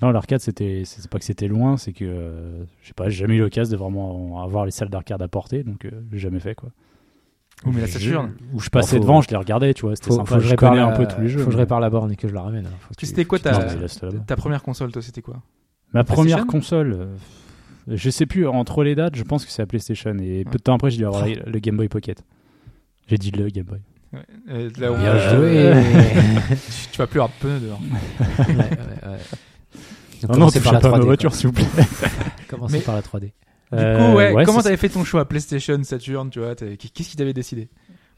Speaker 2: Non, l'arcade, c'était. C'est pas que c'était loin, c'est que. euh, je sais pas, j'ai jamais eu l'occasion de vraiment avoir les salles d'arcade à portée, donc euh, j'ai jamais fait quoi.
Speaker 1: Oui, mais la
Speaker 2: Je-
Speaker 1: Saturn.
Speaker 2: Où je passais
Speaker 3: Faut-
Speaker 2: devant, je les regardais, tu vois. C'était
Speaker 3: Faut,
Speaker 2: sympa.
Speaker 3: faut que je
Speaker 2: je
Speaker 3: répare
Speaker 2: connais
Speaker 3: la...
Speaker 2: un peu tous les jeux.
Speaker 3: Faut que je
Speaker 2: mais-
Speaker 3: répare la borne et que je la ramène. hein. Faut que
Speaker 1: Tu
Speaker 3: tu-
Speaker 1: c'était quoi
Speaker 3: faut que
Speaker 2: Non,
Speaker 1: ta-
Speaker 3: tu-
Speaker 2: mais laisse-le là-bas.
Speaker 1: hein. Ta première console, toi, c'était quoi
Speaker 2: Ma première
Speaker 1: PlayStation
Speaker 2: console, euh, je sais plus, entre les dates, je pense que c'est la PlayStation. Et peu de temps après, j'ai dû avoir la- le Game Boy Pocket. J'ai dit le Game Boy.
Speaker 1: Ouais, euh, là où-
Speaker 2: Bien
Speaker 1: euh,
Speaker 2: joué.
Speaker 1: tu- Tu vas plus avoir de pneus dehors.
Speaker 3: Ouais, ouais, ouais. Donc,
Speaker 2: Non, non,
Speaker 3: commencez
Speaker 2: touchez
Speaker 3: par la
Speaker 2: pas à
Speaker 3: 3D.
Speaker 2: ma
Speaker 3: quoi.
Speaker 2: voiture, s'il vous plaît.
Speaker 3: Commencez
Speaker 1: Mais-
Speaker 3: par la 3D.
Speaker 1: Du
Speaker 2: Euh,
Speaker 1: coup, ouais,
Speaker 2: ouais,
Speaker 1: comment
Speaker 2: c'est-
Speaker 1: t'avais fait ton choix PlayStation, Saturn, tu vois t'avais- Qu'est-ce qui t'avait décidé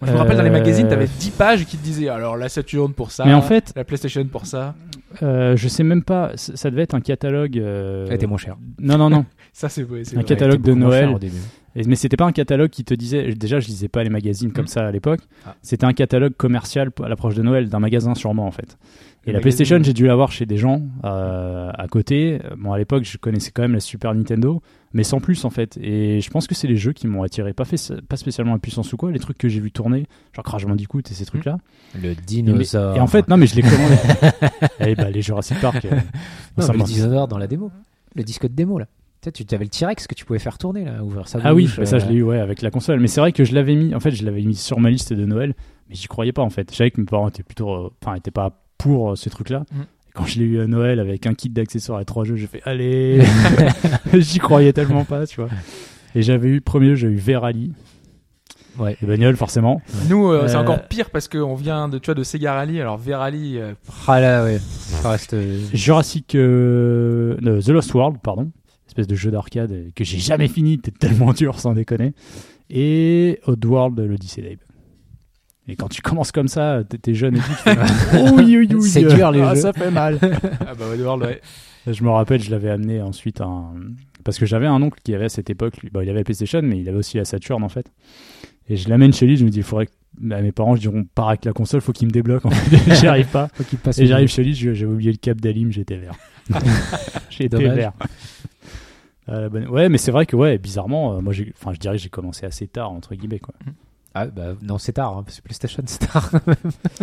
Speaker 1: Moi, je me
Speaker 2: Euh,
Speaker 1: rappelle dans les magazines, t'avais 10 pages qui te disaient alors la Saturn pour ça,
Speaker 2: Mais en fait,
Speaker 1: la PlayStation pour ça.
Speaker 2: euh, je sais même pas, c- ça devait être un catalogue. euh,
Speaker 3: Elle était moins chère.
Speaker 2: Non, non, non.
Speaker 1: Ça, c'est ouais, c'est
Speaker 2: Un
Speaker 1: vrai.
Speaker 2: catalogue
Speaker 3: Elle était
Speaker 2: de
Speaker 3: beaucoup moins
Speaker 2: Noël.
Speaker 3: chère au début.
Speaker 2: Et- Mais c'était pas un catalogue qui te disait. Déjà, je lisais pas les magazines comme
Speaker 1: Mm.
Speaker 2: ça à l'époque.
Speaker 3: Ah.
Speaker 2: C'était un catalogue commercial pour- à l'approche de Noël, d'un magasin sûrement en fait. Et
Speaker 1: Le
Speaker 2: la
Speaker 1: magazine.
Speaker 2: PlayStation, j'ai dû l'avoir chez des gens euh, à côté. Bon, à l'époque, je connaissais quand même la Super Nintendo, mais sans plus en fait. Et je pense que c'est les jeux qui m'ont attiré. Pas, fait, pas spécialement la puissance ou quoi, les trucs que j'ai vu tourner, genre Crash Bandicoot et ces trucs-là.
Speaker 3: Le dinosaure.
Speaker 2: Et en fait, non, mais je les commandais. Eh bah, les Jurassic Park. euh,
Speaker 3: Non,
Speaker 2: ça
Speaker 3: mais le
Speaker 2: m'en-
Speaker 3: dinosaure dans la démo. Le disque de démo, là. Tu sais, sais, tu avais le T-Rex que tu pouvais faire tourner, là, ouvrir sa
Speaker 2: Ah oui,
Speaker 3: bouche,
Speaker 2: mais ça
Speaker 3: euh,
Speaker 2: je l'ai eu ouais, avec la console. Mais c'est vrai que je l'avais mis, en fait, je l'avais mis sur ma liste de Noël, mais j'y croyais pas en fait. Je savais que mes parents étaient plutôt, euh, enfin, étaient pas pour euh, ce truc-là.
Speaker 1: Mm.
Speaker 2: Et Quand je l'ai eu à Noël avec un kit d'accessoires et trois jeux, j'ai fait allez, j'y croyais tellement pas, tu vois. Et j'avais eu le premier, jeu, j'ai eu Verali,
Speaker 3: Ouais.
Speaker 2: les bagnoles forcément.
Speaker 1: Nous, euh, c'est
Speaker 2: Euh,
Speaker 1: encore pire parce qu'on vient de, tu vois, de Sega Rally. Alors, Verali, euh,
Speaker 3: Ah là, ouais. Ça reste. euh,
Speaker 2: Jurassic euh, non, The Lost World, pardon, espèce de jeu d'arcade euh, que j'ai jamais fini, c'était tellement dur sans déconner. Et Oddworld, euh, l'Odyssée d'Abe. Et quand tu commences comme ça, euh, t'es- t'es jeune et tout, tu fais, oh, oui, oui, oui,
Speaker 3: C'est
Speaker 2: euh,
Speaker 3: dur, les
Speaker 2: ah,
Speaker 3: jeux.
Speaker 2: ça fait mal.
Speaker 1: ah bah, Oddworld, ouais.
Speaker 2: je me rappelle, je l'avais amené ensuite à un- parce que j'avais un oncle qui avait à cette époque, lui- bah, il avait la PlayStation, mais il avait aussi la Saturn en fait. Et je l'amène chez lui, je me dis, il faudrait que bah, mes parents, je diront, part avec la console, faut qu'il me débloque. En fait, j'y arrive pas.
Speaker 3: Faut qu'il passe.
Speaker 2: Et j'arrive chez lui, je- j'avais oublié le cap d'alim, j'étais vert. j'étais
Speaker 3: Dommage.
Speaker 2: vert. Ah, la bonne- Ouais, mais c'est vrai que ouais, bizarrement, euh, moi, j'ai- enfin, je dirais que j'ai commencé assez tard entre guillemets quoi.
Speaker 3: Ah, bah, non, c'est tard, hein, parce que PlayStation, c'est tard.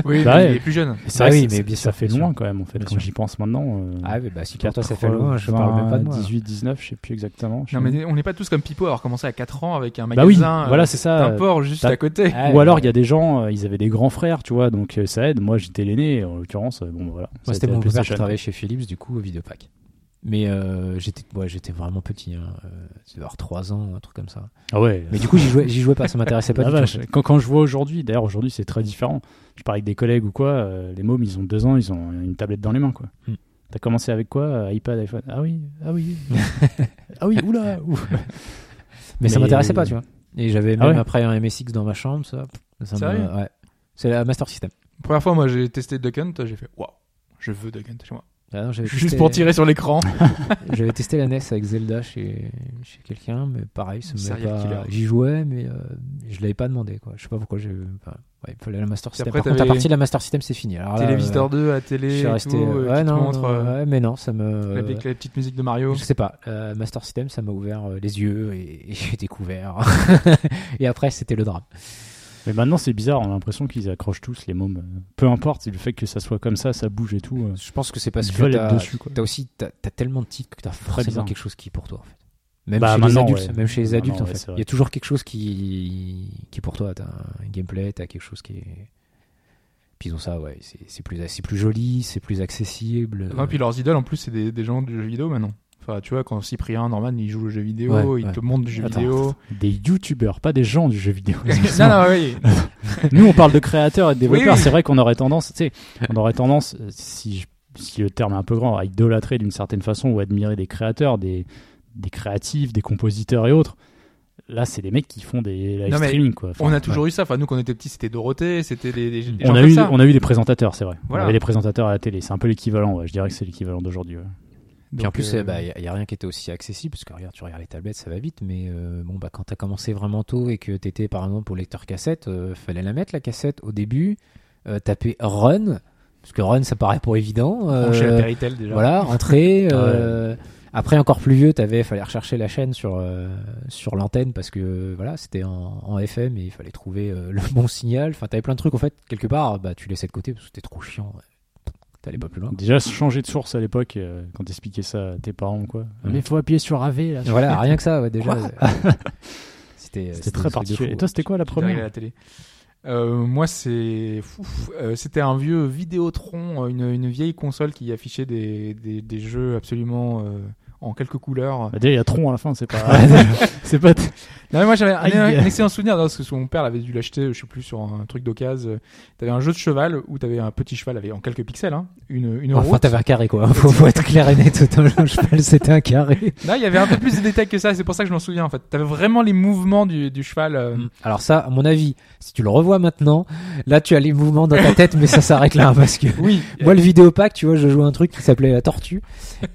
Speaker 1: Oui,
Speaker 2: Bah
Speaker 1: mais
Speaker 2: ouais.
Speaker 1: il est plus jeune.
Speaker 2: Et c'est
Speaker 3: Bah
Speaker 2: vrai
Speaker 3: oui,
Speaker 2: que c'est-
Speaker 3: mais bien
Speaker 2: ça
Speaker 3: sûr,
Speaker 2: fait
Speaker 3: bien
Speaker 2: loin quand même en fait.
Speaker 3: Bien
Speaker 2: quand
Speaker 3: sûr.
Speaker 2: j'y pense maintenant. euh,
Speaker 3: ah, ouais, bah, si pour toi, ça fait loin, je
Speaker 2: 80,
Speaker 3: parle même pas de moi.
Speaker 2: 18, 19, je sais plus exactement. je sais
Speaker 1: Non,
Speaker 2: même-
Speaker 1: mais on n'est pas tous comme Pipo à avoir commencé à 4 ans avec un
Speaker 2: bah oui,
Speaker 1: magasin euh,
Speaker 2: voilà, c'est ça.
Speaker 1: d'un port juste
Speaker 2: t'as-
Speaker 1: à côté.
Speaker 3: Ah,
Speaker 2: Ou
Speaker 3: ouais.
Speaker 2: alors il y a des gens, euh, ils avaient des grands frères, tu vois, donc euh, ça aide. Moi j'étais l'aîné, en l'occurrence, euh, bon bah, voilà.
Speaker 3: Moi,
Speaker 2: ça
Speaker 3: c'était
Speaker 2: a été la
Speaker 3: mon beau-père qui
Speaker 2: PlayStation.
Speaker 3: travaillait chez Philips, du coup, au Videopack. Mais euh, j'étais ouais, j'étais vraiment petit, hein. euh, c'est vers 3 ans, un truc comme ça.
Speaker 2: Ah ouais,
Speaker 3: Mais du coup, j'y jouais, j'y jouais pas, ça m'intéressait pas
Speaker 2: La
Speaker 3: du tout. en
Speaker 2: vache.
Speaker 3: fait.
Speaker 2: Quand, quand je vois aujourd'hui, d'ailleurs aujourd'hui c'est très différent. Je parle avec des collègues ou quoi, euh, les mômes ils ont deux ans, ils ont une tablette dans les mains quoi.
Speaker 3: Hmm.
Speaker 2: T'as commencé avec quoi euh, iPad, iPhone Ah oui, ah oui. ah oui, oula ouh.
Speaker 3: Mais
Speaker 2: Mais-
Speaker 3: ça
Speaker 2: euh,
Speaker 3: m'intéressait pas, tu vois. Et j'avais
Speaker 2: Ah
Speaker 3: même
Speaker 2: ouais
Speaker 3: après un MSX dans ma chambre, ça. ça me-
Speaker 1: Sérieux
Speaker 3: ouais. C'est la Master System.
Speaker 1: Première fois, moi, j'ai testé Duck Hunt. J'ai fait, waouh, je veux Duck Hunt chez moi.
Speaker 3: Ah non,
Speaker 2: Euh,
Speaker 3: j'avais
Speaker 1: Juste
Speaker 3: testé-
Speaker 1: pour tirer sur l'écran.
Speaker 3: J'avais testé la NES avec Zelda chez, chez quelqu'un, mais pareil, ça m'avait
Speaker 1: Serial
Speaker 3: pas-
Speaker 1: killer.
Speaker 3: J'y jouais, mais euh, je l'avais pas demandé, quoi. Je sais pas pourquoi j'ai. enfin, ouais, il fallait la Master System.
Speaker 1: après,
Speaker 3: Par contre, la
Speaker 1: t'avais-
Speaker 3: partie de la Master System, c'est fini.
Speaker 2: Ah,
Speaker 3: Alors là,
Speaker 1: Téléviseur 2 à
Speaker 3: euh,
Speaker 1: télé.
Speaker 3: je suis
Speaker 1: et
Speaker 3: resté.
Speaker 1: tout, euh,
Speaker 3: ouais,
Speaker 1: qui te
Speaker 3: non,
Speaker 1: montre,
Speaker 3: non,
Speaker 1: euh,
Speaker 3: ouais, mais non, ça me.
Speaker 1: avec la petite musique de Mario.
Speaker 3: Je sais pas, euh, Master System, ça m'a ouvert euh, les yeux et, et j'ai découvert. et après, c'était le drame.
Speaker 2: Mais maintenant c'est bizarre, on a l'impression qu'ils accrochent tous les mômes. Peu importe, c'est le fait que ça soit comme ça, ça bouge et tout. euh,
Speaker 3: Je pense que c'est parce
Speaker 2: Ils
Speaker 3: que
Speaker 2: veulent être
Speaker 3: t'as
Speaker 2: dessus, quoi.
Speaker 3: t'as aussi t'as t'as tellement de titres que t'as
Speaker 2: bizarre.
Speaker 3: forcément quelque chose qui est pour toi en fait. Même
Speaker 2: Bah,
Speaker 3: chez les
Speaker 2: maintenant,
Speaker 3: adultes,
Speaker 2: ouais.
Speaker 3: même chez les
Speaker 2: Maintenant,
Speaker 3: adultes en
Speaker 2: ouais,
Speaker 3: fait.
Speaker 2: c'est vrai.
Speaker 3: Il y a toujours quelque chose qui qui est pour toi. T'as un gameplay, t'as quelque chose qui est. Puis ils ont ça, ouais. C'est c'est plus c'est plus joli, c'est plus accessible.
Speaker 2: euh,
Speaker 1: Enfin, puis leurs idoles, en plus, c'est des, des gens du jeu vidéo maintenant. Enfin, tu vois, quand Cyprien, Norman, il joue au jeu vidéo,
Speaker 3: Ouais,
Speaker 1: il
Speaker 3: ouais.
Speaker 1: te montre du jeu
Speaker 2: Attends,
Speaker 1: vidéo.
Speaker 2: Des youtubeurs, pas des gens du jeu vidéo.
Speaker 1: non, non, oui.
Speaker 2: Nous, on parle de créateurs et de développeurs.
Speaker 1: Oui, oui.
Speaker 2: C'est vrai qu'on aurait tendance, tu sais, on aurait tendance, euh, si, je- si le terme est un peu grand, à idolâtrer d'une certaine façon ou admirer des créateurs, des, des créatifs, des compositeurs et autres. Là, c'est des mecs qui font des live
Speaker 1: Non, mais
Speaker 2: streaming, quoi. Enfin,
Speaker 1: On a toujours eu ça. Enfin, nous, quand on était petits, c'était Dorothée, c'était des, des, des
Speaker 2: ouais.
Speaker 1: gens
Speaker 2: on a
Speaker 1: comme
Speaker 2: eu,
Speaker 1: ça.
Speaker 2: on a eu des présentateurs, c'est vrai.
Speaker 1: Voilà.
Speaker 2: On avait des présentateurs à la télé. C'est un peu l'équivalent, ouais. Je dirais que c'est l'équivalent d'aujourd'hui. ouais.
Speaker 3: Puis en
Speaker 1: Donc,
Speaker 3: plus,
Speaker 1: euh,
Speaker 3: il
Speaker 2: bah,
Speaker 3: n'y a, rien qui était aussi accessible, parce que regarde, tu regardes les tablettes, ça va vite, mais euh, bon, bah, quand tu as commencé vraiment tôt et que tu étais par exemple au lecteur cassette, euh, fallait la mettre la cassette au début, euh, taper run, parce que run ça paraît pour évident. euh,
Speaker 1: branché la Péritel, déjà.
Speaker 3: voilà, rentrer. euh, Après, encore plus vieux, t'avais, fallait rechercher la chaîne sur euh, sur l'antenne parce que euh, voilà, c'était en, en FM et il fallait trouver euh, le bon signal. Enfin, t'avais plein de trucs en fait. Quelque part, bah, tu laissais de côté parce que c'était trop chiant. T'allais pas plus loin.
Speaker 2: Déjà, changer de source à l'époque, euh, quand t'expliquais ça à tes parents, quoi.
Speaker 3: Mm.
Speaker 2: Mais faut appuyer sur AV, là.
Speaker 3: Voilà, rien que ça, ouais, déjà. euh, C'était
Speaker 2: C'était
Speaker 3: euh, c'était
Speaker 2: très
Speaker 3: un truc de
Speaker 2: particulier.
Speaker 3: fou,
Speaker 2: Et toi,
Speaker 3: ouais.
Speaker 2: c'était quoi la
Speaker 1: Qui est arrivé à
Speaker 2: première
Speaker 1: la télé. Euh, moi, c'est fou. Euh, c'était un vieux Vidéotron, euh, une, une vieille console qui affichait des, des, des jeux absolument euh, en quelques couleurs.
Speaker 2: Bah, Déjà, il y a Tron à la fin, c'est pas. c'est pas.
Speaker 1: Non, mais moi j'avais un,
Speaker 2: Aïe.
Speaker 1: un excellent souvenir non, parce que mon père l'avait dû l'acheter, je sais plus, sur un truc d'occasion. Euh, T'avais un jeu de cheval où t'avais un petit cheval avec, en quelques pixels, hein, une, une
Speaker 3: Enfin,
Speaker 1: route.
Speaker 3: t'avais un carré quoi. Faut, faut être clair et net. Autant le cheval, c'était un carré.
Speaker 1: Là, il y avait un peu plus de détails que ça, c'est pour ça que je m'en souviens en fait. T'avais vraiment les mouvements du, du cheval. euh,
Speaker 2: Mm.
Speaker 3: Alors ça, à mon avis, si tu le revois maintenant, là, tu as les mouvements dans ta tête, mais ça s'arrête là parce que.
Speaker 1: Oui,
Speaker 3: Moi, le vidéopack, tu vois, je jouais un truc qui s'appelait la tortue.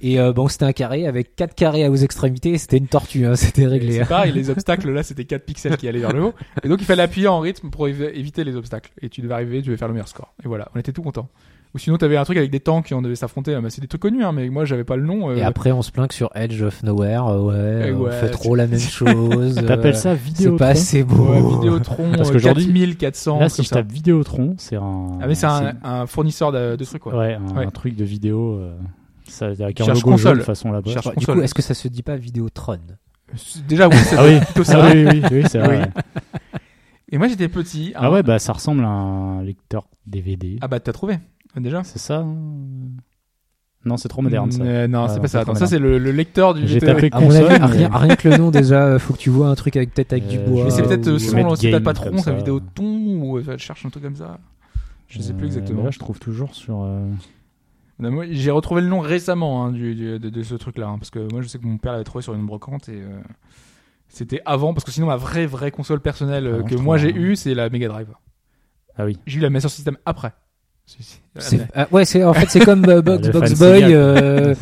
Speaker 3: Et euh, bon, c'était un carré avec quatre carrés aux extrémités. et C'était une tortue, hein, c'était réglé.
Speaker 1: C'est pareil, les obstacles là, c'était 4 pixels qui allaient vers le haut. Et donc il fallait appuyer en rythme pour évi- éviter les obstacles. Et tu devais arriver, tu devais faire le meilleur score. Et voilà, on était tout contents. Ou sinon, t'avais un truc avec des tanks et on devait s'affronter. Ah, bah, c'est des trucs connus, hein, mais moi j'avais pas le nom. euh,
Speaker 3: Et après, on se plaint que sur Edge of Nowhere, euh, ouais,
Speaker 1: Eh
Speaker 3: euh, on
Speaker 1: ouais,
Speaker 3: fait trop la même chose. euh,
Speaker 2: T'appelles ça
Speaker 3: C'est
Speaker 2: vidéo
Speaker 3: pas assez beau.
Speaker 1: ouais, Vidéotron,
Speaker 2: oh. Parce
Speaker 1: euh,
Speaker 2: qu'aujourd'hui,
Speaker 1: 4400.
Speaker 2: Là,
Speaker 1: comme
Speaker 2: si je
Speaker 1: ça.
Speaker 2: tape Vidéotron, c'est un.
Speaker 1: Ah mais c'est un, un fournisseur de, de trucs
Speaker 2: c'est-
Speaker 1: quoi.
Speaker 2: Ouais, un,
Speaker 1: Ouais.
Speaker 2: un truc de vidéo. euh, Ça, avec un
Speaker 1: Cherche
Speaker 2: logo jaune,
Speaker 1: console.
Speaker 2: de façon là-bas.
Speaker 1: Cherche-
Speaker 3: Du
Speaker 1: console.
Speaker 3: coup, est-ce que ça se dit pas Vidéotron
Speaker 1: Déjà, oui, c'est
Speaker 2: Ah oui,
Speaker 1: plutôt ça.
Speaker 2: Ah oui, oui, oui, c'est vrai.
Speaker 1: Et moi, j'étais petit. hein.
Speaker 2: Ah ouais, bah ça ressemble à un lecteur DVD.
Speaker 1: Ah bah, t'as trouvé, déjà.
Speaker 2: C'est ça hein Non, c'est trop moderne ça.
Speaker 1: Euh, non,
Speaker 2: Ah
Speaker 1: c'est
Speaker 2: non,
Speaker 1: pas
Speaker 2: c'est
Speaker 1: ça. Attends,
Speaker 2: trop
Speaker 1: ça, c'est le, le lecteur du
Speaker 2: J'ai
Speaker 1: GTA.
Speaker 2: tapé
Speaker 3: À mon
Speaker 2: console.
Speaker 3: avis,
Speaker 2: mais-
Speaker 3: rien, rien que le nom déjà, euh, faut que tu vois un truc avec peut-être avec du
Speaker 2: Euh,
Speaker 3: bois.
Speaker 1: Mais c'est
Speaker 2: Ouais,
Speaker 1: peut-être
Speaker 2: ou-
Speaker 1: euh,
Speaker 2: ou
Speaker 1: son,
Speaker 2: mettre
Speaker 1: c'est peut-être
Speaker 2: game,
Speaker 1: pas
Speaker 2: comme
Speaker 1: Tron, c'est
Speaker 2: ça.
Speaker 1: vidéo ton ou euh, elle cherche un truc comme ça. Je sais plus
Speaker 2: Euh,
Speaker 1: exactement.
Speaker 2: mais là, je trouve toujours sur. euh,
Speaker 1: Non, moi, J'ai retrouvé le nom récemment hein, du, du- de, de ce truc-là, hein, parce que moi je sais que mon père l'avait trouvé sur une brocante et euh, c'était avant, parce que sinon ma vraie vraie console personnelle euh,
Speaker 2: Ah non,
Speaker 1: que
Speaker 2: je
Speaker 1: moi
Speaker 2: trouve,
Speaker 1: j'ai
Speaker 2: hein.
Speaker 1: eue, c'est la Mega Drive.
Speaker 2: Ah oui.
Speaker 1: J'ai eu la Master System après. Si, si.
Speaker 3: C'est- ah, ouais, c'est en fait c'est comme euh, Box,
Speaker 2: Le
Speaker 3: Box
Speaker 2: fan
Speaker 3: Boy.
Speaker 2: signal.
Speaker 3: euh,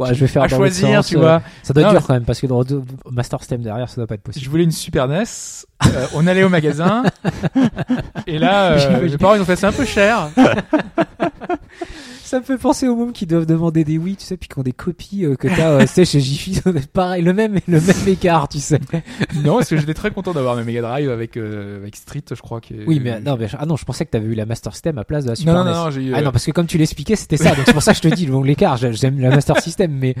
Speaker 3: ouais, je vais faire
Speaker 1: à
Speaker 3: dans l'autre
Speaker 1: choisir,
Speaker 3: sens,
Speaker 1: tu
Speaker 3: euh,
Speaker 1: vois.
Speaker 3: Ça doit être
Speaker 1: Non,
Speaker 3: dur quand même parce que dans dans- Master System derrière, ça doit pas être possible.
Speaker 1: Je voulais une Super NES, euh, on allait au magasin, et là, euh,
Speaker 3: J'imagine.
Speaker 1: mes parents ils ont fait c'est un peu cher.
Speaker 3: Ça me fait penser aux mômes qui doivent demander des oui, tu sais, puis qui ont des copies euh, que t'as, euh, tu sais, chez Jiffy, ça doit être pareil, le même, le même écart, tu sais.
Speaker 1: non, parce que j'étais très content d'avoir ma Mega Drive avec, euh, avec Street, je crois. Qui est-
Speaker 3: Oui, mais non, mais ah non, je pensais que t'avais eu la Master System à place de la Super
Speaker 1: Euh, Non, non,
Speaker 3: NES.
Speaker 1: non, j'ai eu.
Speaker 3: Ah
Speaker 1: euh,
Speaker 3: non, parce que comme tu l'expliquais, c'était ça. Donc c'est pour ça que je te dis, bon, l'écart, j'a- j'aime la Master System, mais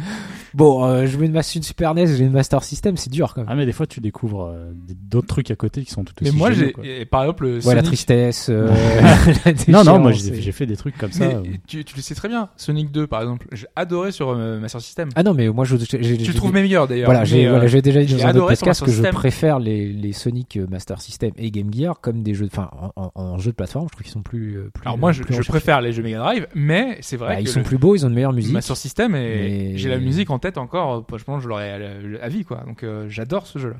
Speaker 3: bon, euh, je veux une, mas- une Super NES, j'ai une Master System, c'est dur quand même.
Speaker 2: Ah, mais des fois, tu découvres euh, des- d'autres trucs à côté qui sont tout
Speaker 1: mais
Speaker 2: aussi.
Speaker 1: moi,
Speaker 2: géniaux,
Speaker 1: j'ai.
Speaker 2: quoi.
Speaker 1: et Par exemple, le
Speaker 3: ouais, la
Speaker 1: Sonic-
Speaker 3: tristesse. euh, la
Speaker 2: Non,
Speaker 3: déchéance,
Speaker 2: non, moi,
Speaker 3: et-
Speaker 2: j'ai j'ai fait des trucs comme ça.
Speaker 1: Mais
Speaker 2: où-
Speaker 1: tu, tu le sais très bien, Sonic 2 par exemple, j'ai adoré sur euh, Master System.
Speaker 3: Ah non, mais moi, je. je- j'ai-
Speaker 1: tu
Speaker 3: j'ai-
Speaker 1: le trouves meilleur d'ailleurs.
Speaker 3: Voilà,
Speaker 1: mais,
Speaker 3: j'ai
Speaker 1: euh,
Speaker 3: voilà, j'ai déjà dit
Speaker 1: j'ai
Speaker 3: dans un autre
Speaker 1: adoré sur
Speaker 3: podcast
Speaker 1: Master
Speaker 3: que je
Speaker 1: System.
Speaker 3: préfère les, les Sonic euh, Master System et Game Gear comme des jeux, de- enfin, en, en, en jeu de plateforme, je trouve qu'ils sont plus. euh, plus
Speaker 1: Alors moi, je,
Speaker 3: plus
Speaker 1: je
Speaker 3: recherchés.
Speaker 1: préfère les jeux Mega Drive, mais c'est vrai
Speaker 3: Bah,
Speaker 1: que
Speaker 3: ils sont
Speaker 1: le
Speaker 3: plus beaux, ils ont une meilleure musique.
Speaker 1: Master System et
Speaker 3: mais-
Speaker 1: j'ai la musique en tête encore. euh, Je pense que je l'aurais à, la- à vie quoi. Donc euh, j'adore ce jeu-là.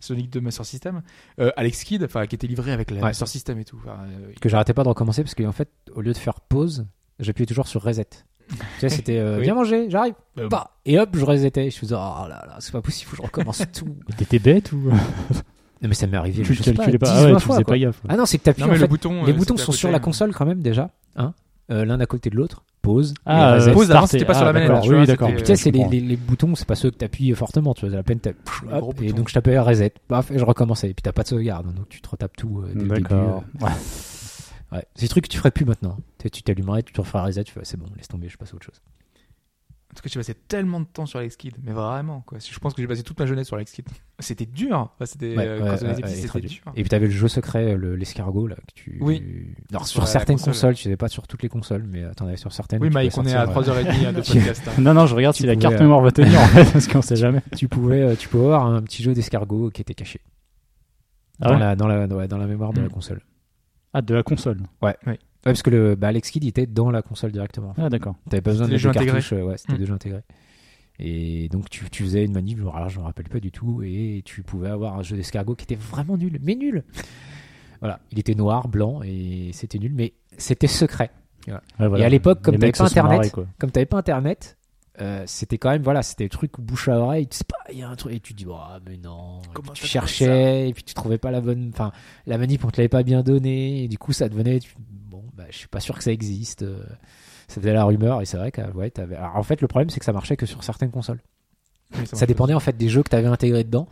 Speaker 1: Sonic 2 Master System, Euh, Alex Kidd, enfin qui était livré avec la
Speaker 3: Ouais.
Speaker 1: Master System et tout. Enfin, euh,
Speaker 3: Que j'arrêtais pas de recommencer parce qu'en fait, au lieu de faire pause, j'appuyais toujours sur reset. tu sais, c'était euh,
Speaker 1: Oui.
Speaker 3: viens manger, j'arrive.
Speaker 1: Euh,
Speaker 3: Bah, et hop, je resetais. Je faisais oh là là, c'est pas possible, faut que je recommence tout. Non,
Speaker 2: T'étais bête ou
Speaker 3: mais ça m'est arrivé.
Speaker 2: tu
Speaker 3: je
Speaker 2: le
Speaker 3: sais
Speaker 2: calculais pas,
Speaker 3: 10,
Speaker 2: Ah ouais, tu
Speaker 3: 20
Speaker 2: faisais
Speaker 3: fois, quoi.
Speaker 2: pas gaffe.
Speaker 3: Ah non, c'est que t'appuies
Speaker 1: non,
Speaker 3: en
Speaker 1: mais
Speaker 3: fait.
Speaker 1: le bouton.
Speaker 3: les
Speaker 1: euh,
Speaker 3: boutons
Speaker 1: c'était à
Speaker 3: sont sur
Speaker 1: côté.
Speaker 3: la console quand même déjà, hein, euh, l'un à côté de l'autre. Pause.
Speaker 2: Ah,
Speaker 3: et
Speaker 2: euh,
Speaker 3: reset.
Speaker 1: Pause, avant,
Speaker 2: starter.
Speaker 1: c'était pas sur la
Speaker 2: Ah,
Speaker 1: manette,
Speaker 2: d'accord,
Speaker 1: tu
Speaker 2: oui,
Speaker 1: vois,
Speaker 2: d'accord.
Speaker 1: c'était- euh,
Speaker 3: Tu sais, c'est les,
Speaker 2: comprends.
Speaker 3: les, les boutons, c'est pas ceux que t'appuies fortement, tu vois, à peine t'as- pff,
Speaker 1: Les
Speaker 3: hop,
Speaker 1: gros
Speaker 3: et
Speaker 1: boutons.
Speaker 3: donc je tapais reset, paf, et je recommençais, et puis t'as pas de sauvegarde, donc tu te retapes tout euh, dès le début. euh.
Speaker 2: D'accord. Ouais.
Speaker 3: Ouais, c'est des trucs que tu ferais plus maintenant. Tu sais, tu t'allumerais, tu te referais reset, tu fais, ah, c'est bon, laisse tomber, je passe à autre chose.
Speaker 1: En tout cas, j'ai passé tellement de temps sur Alex Kidd, mais vraiment quoi. Je pense que j'ai passé toute ma jeunesse sur Alex Kidd. C'était dur. Enfin, c'était
Speaker 3: Ouais,
Speaker 1: euh,
Speaker 3: ouais,
Speaker 1: quand on
Speaker 3: ouais,
Speaker 1: était
Speaker 3: ouais,
Speaker 1: petit,
Speaker 3: il est
Speaker 1: c'était
Speaker 3: traduit.
Speaker 1: dur.
Speaker 3: Et puis t'avais le jeu secret, euh, le- l'escargot, là, que tu. Alors,
Speaker 1: Sur
Speaker 3: sur
Speaker 1: la
Speaker 3: certaines
Speaker 1: console.
Speaker 3: consoles, tu sais pas sur toutes les consoles, mais euh, t'en avais sur certaines.
Speaker 1: Oui,
Speaker 3: tu
Speaker 1: Mike,
Speaker 3: pouvais
Speaker 1: on est
Speaker 3: sortir,
Speaker 1: à
Speaker 3: euh,
Speaker 1: 3h30 hein, de
Speaker 3: Tu-
Speaker 1: podcast. hein.
Speaker 2: Non, non, je regarde
Speaker 3: Tu
Speaker 2: si la
Speaker 3: pouvais,
Speaker 2: carte
Speaker 3: euh,
Speaker 2: mémoire va tenir en fait, parce qu'on sait jamais.
Speaker 3: Tu pouvais, euh, tu pouvais avoir un petit jeu d'escargot qui était caché
Speaker 2: Ah
Speaker 3: dans,
Speaker 2: ouais Hmm.
Speaker 3: la, dans, la, ouais, dans la mémoire de la
Speaker 1: Mm.
Speaker 3: console. Ouais,
Speaker 2: Ah, de la console.
Speaker 3: parce que le, bah, Alex Kidd il était dans la console directement.
Speaker 2: Ah, d'accord.
Speaker 3: T'avais pas besoin de
Speaker 1: des
Speaker 3: mettre
Speaker 1: jeux
Speaker 3: des
Speaker 1: intégrés.
Speaker 3: cartouches, euh, ouais, c'était
Speaker 1: Mm.
Speaker 3: des jeux intégrés. Et donc tu, tu faisais une manip, alors là, je me rappelle pas du tout, et tu pouvais avoir un jeu d'escargot qui était vraiment nul, mais nul. voilà, il était noir, blanc, et c'était nul, mais c'était secret.
Speaker 2: Ouais, voilà.
Speaker 3: Et à l'époque, comme
Speaker 2: Les
Speaker 3: t'avais
Speaker 2: mecs
Speaker 3: pas
Speaker 2: se sont
Speaker 3: Internet,
Speaker 2: marrés, quoi.
Speaker 3: Comme t'avais pas internet, euh, c'était quand même, voilà, c'était le truc bouche à oreille, tu sais pas, il y a un truc, et tu te dis, bah mais non, Et puis
Speaker 1: Comment t'as
Speaker 3: tu
Speaker 1: trouvé
Speaker 3: cherchais, et puis tu trouvais pas la bonne, enfin, la manip, on te l'avait pas bien donnée, et du coup, ça devenait, tu- bon, bah, je suis pas sûr que ça existe. euh, Ça faisait la rumeur, et c'est vrai que, ouais, t'avais- alors, en fait, le problème, c'est que ça marchait que sur certaines consoles.
Speaker 1: Oui,
Speaker 3: Ça dépendait en fait des jeux que tu avais intégrés dedans.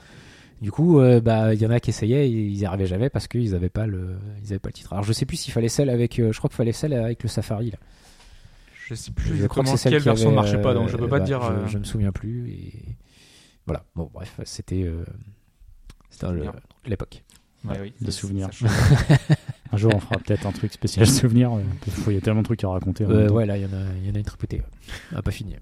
Speaker 3: Du coup, euh, bah, il y en a qui essayaient, ils n'y arrivaient jamais parce qu'ils n'avaient pas le, ils avaient pas le titre. Alors je sais plus s'il fallait celle avec, euh, je crois qu'il fallait celle avec le Safari. Là.
Speaker 1: Je sais plus
Speaker 3: je crois que
Speaker 1: exactement
Speaker 3: c'est celle
Speaker 1: quelle
Speaker 3: qui
Speaker 1: version ne
Speaker 3: avait,
Speaker 1: marchait pas, donc je
Speaker 3: euh,
Speaker 1: peux pas
Speaker 3: bah,
Speaker 1: te dire.
Speaker 3: Je,
Speaker 1: euh,
Speaker 3: je me souviens plus et voilà. Bon bref, c'était, euh, c'était euh,
Speaker 1: bien.
Speaker 3: l'époque.
Speaker 1: ouais, oui,
Speaker 2: des
Speaker 1: ça-
Speaker 2: souvenirs.
Speaker 1: ça change.
Speaker 2: Un jour, on fera peut-être un truc spécial souvenir. euh, parce qu'il y a tellement de trucs à raconter. en
Speaker 3: Euh,
Speaker 2: même temps.
Speaker 3: ouais, là il y en a, il y en a une tripotée. On a pas fini.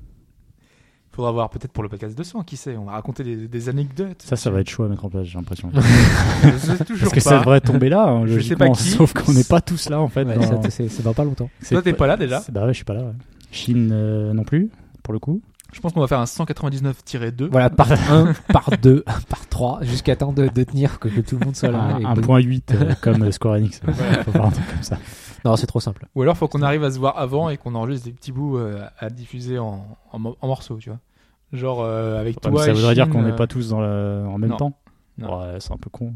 Speaker 1: Faudra voir peut-être pour le podcast 200, qui sait, on va raconter des, des anecdotes.
Speaker 2: Ça, ça va être chaud à mettre en place, j'ai l'impression.
Speaker 1: je sais toujours
Speaker 2: Parce que
Speaker 1: pas.
Speaker 2: ça devrait tomber là. hein,
Speaker 1: Je sais pas
Speaker 2: logiquement,
Speaker 1: qui.
Speaker 2: Sauf qu'on n'est pas tous là, en fait.
Speaker 3: Ouais,
Speaker 2: dans-
Speaker 3: ça, c'est, c'est dans pas longtemps.
Speaker 2: c'est
Speaker 1: Toi, t'es pas là déjà.
Speaker 2: c'est- Bah ouais, je suis pas là. ouais. Chine euh, non plus, pour le coup.
Speaker 1: Je pense qu'on va faire un 199-2.
Speaker 3: Voilà, part 1, part 2, part 3, jusqu'à temps de, de tenir que, que tout le monde soit là.
Speaker 2: Un
Speaker 3: et
Speaker 2: un
Speaker 3: que-
Speaker 2: point 8 euh, comme Square Enix. Faut faire un truc comme ça.
Speaker 3: Non, c'est trop simple.
Speaker 1: Ou alors, faut qu'on arrive à se voir avant et qu'on enregistre des petits bouts euh, à diffuser en, en, mo- en morceaux, tu vois. Genre euh, avec
Speaker 2: Ouais, mais
Speaker 1: toi.
Speaker 2: ça
Speaker 1: et
Speaker 2: voudrait dire
Speaker 1: Chine,
Speaker 2: qu'on n'est
Speaker 1: euh,
Speaker 2: pas tous dans la- en même
Speaker 1: Non.
Speaker 2: temps.
Speaker 1: Non.
Speaker 2: Ouais, c'est un peu con.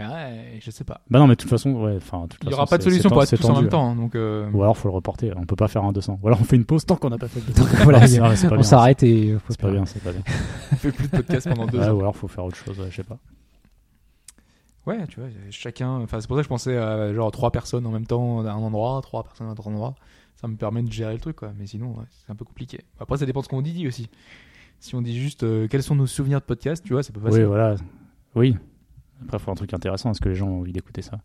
Speaker 1: euh, Ouais, je sais pas.
Speaker 2: Bah non, mais de toute façon, ouais, enfin, de toute
Speaker 1: Il y
Speaker 2: façon,
Speaker 1: aura pas de
Speaker 2: c'est-
Speaker 1: solution
Speaker 2: c'est
Speaker 1: pour
Speaker 2: ten-
Speaker 1: être
Speaker 2: c'est
Speaker 1: tous en
Speaker 2: tendu,
Speaker 1: même
Speaker 2: hein.
Speaker 1: temps. Donc, euh,
Speaker 2: Ou alors faut le reporter, on peut pas faire un 200. Ou alors on fait une pause tant qu'on n'a pas fait de Ah,
Speaker 3: Donc voilà,
Speaker 2: c'est non, mais c'est pas
Speaker 3: on
Speaker 2: bien,
Speaker 3: s'arrête et euh, faut
Speaker 2: C'est pas bien, c'est pas bien.
Speaker 1: on fait plus de podcast pendant deux
Speaker 2: Ah Ouais,
Speaker 1: ans.
Speaker 2: ou alors faut faire autre chose, ouais, je sais pas.
Speaker 1: Ouais, tu vois, chacun. Enfin, c'est pour ça que je pensais à genre trois personnes en même temps à un endroit, trois personnes à un autre endroit. ça me permet de gérer le truc, quoi. Mais sinon, ouais, c'est un peu compliqué. Après, ça dépend de ce qu'on dit aussi. Si on dit juste euh, quels sont nos souvenirs de podcast, tu vois, c'est pas
Speaker 2: Oui,
Speaker 1: facile.
Speaker 2: voilà. Oui. Après, il faut un truc intéressant. Est-ce que les gens ont envie d'écouter ça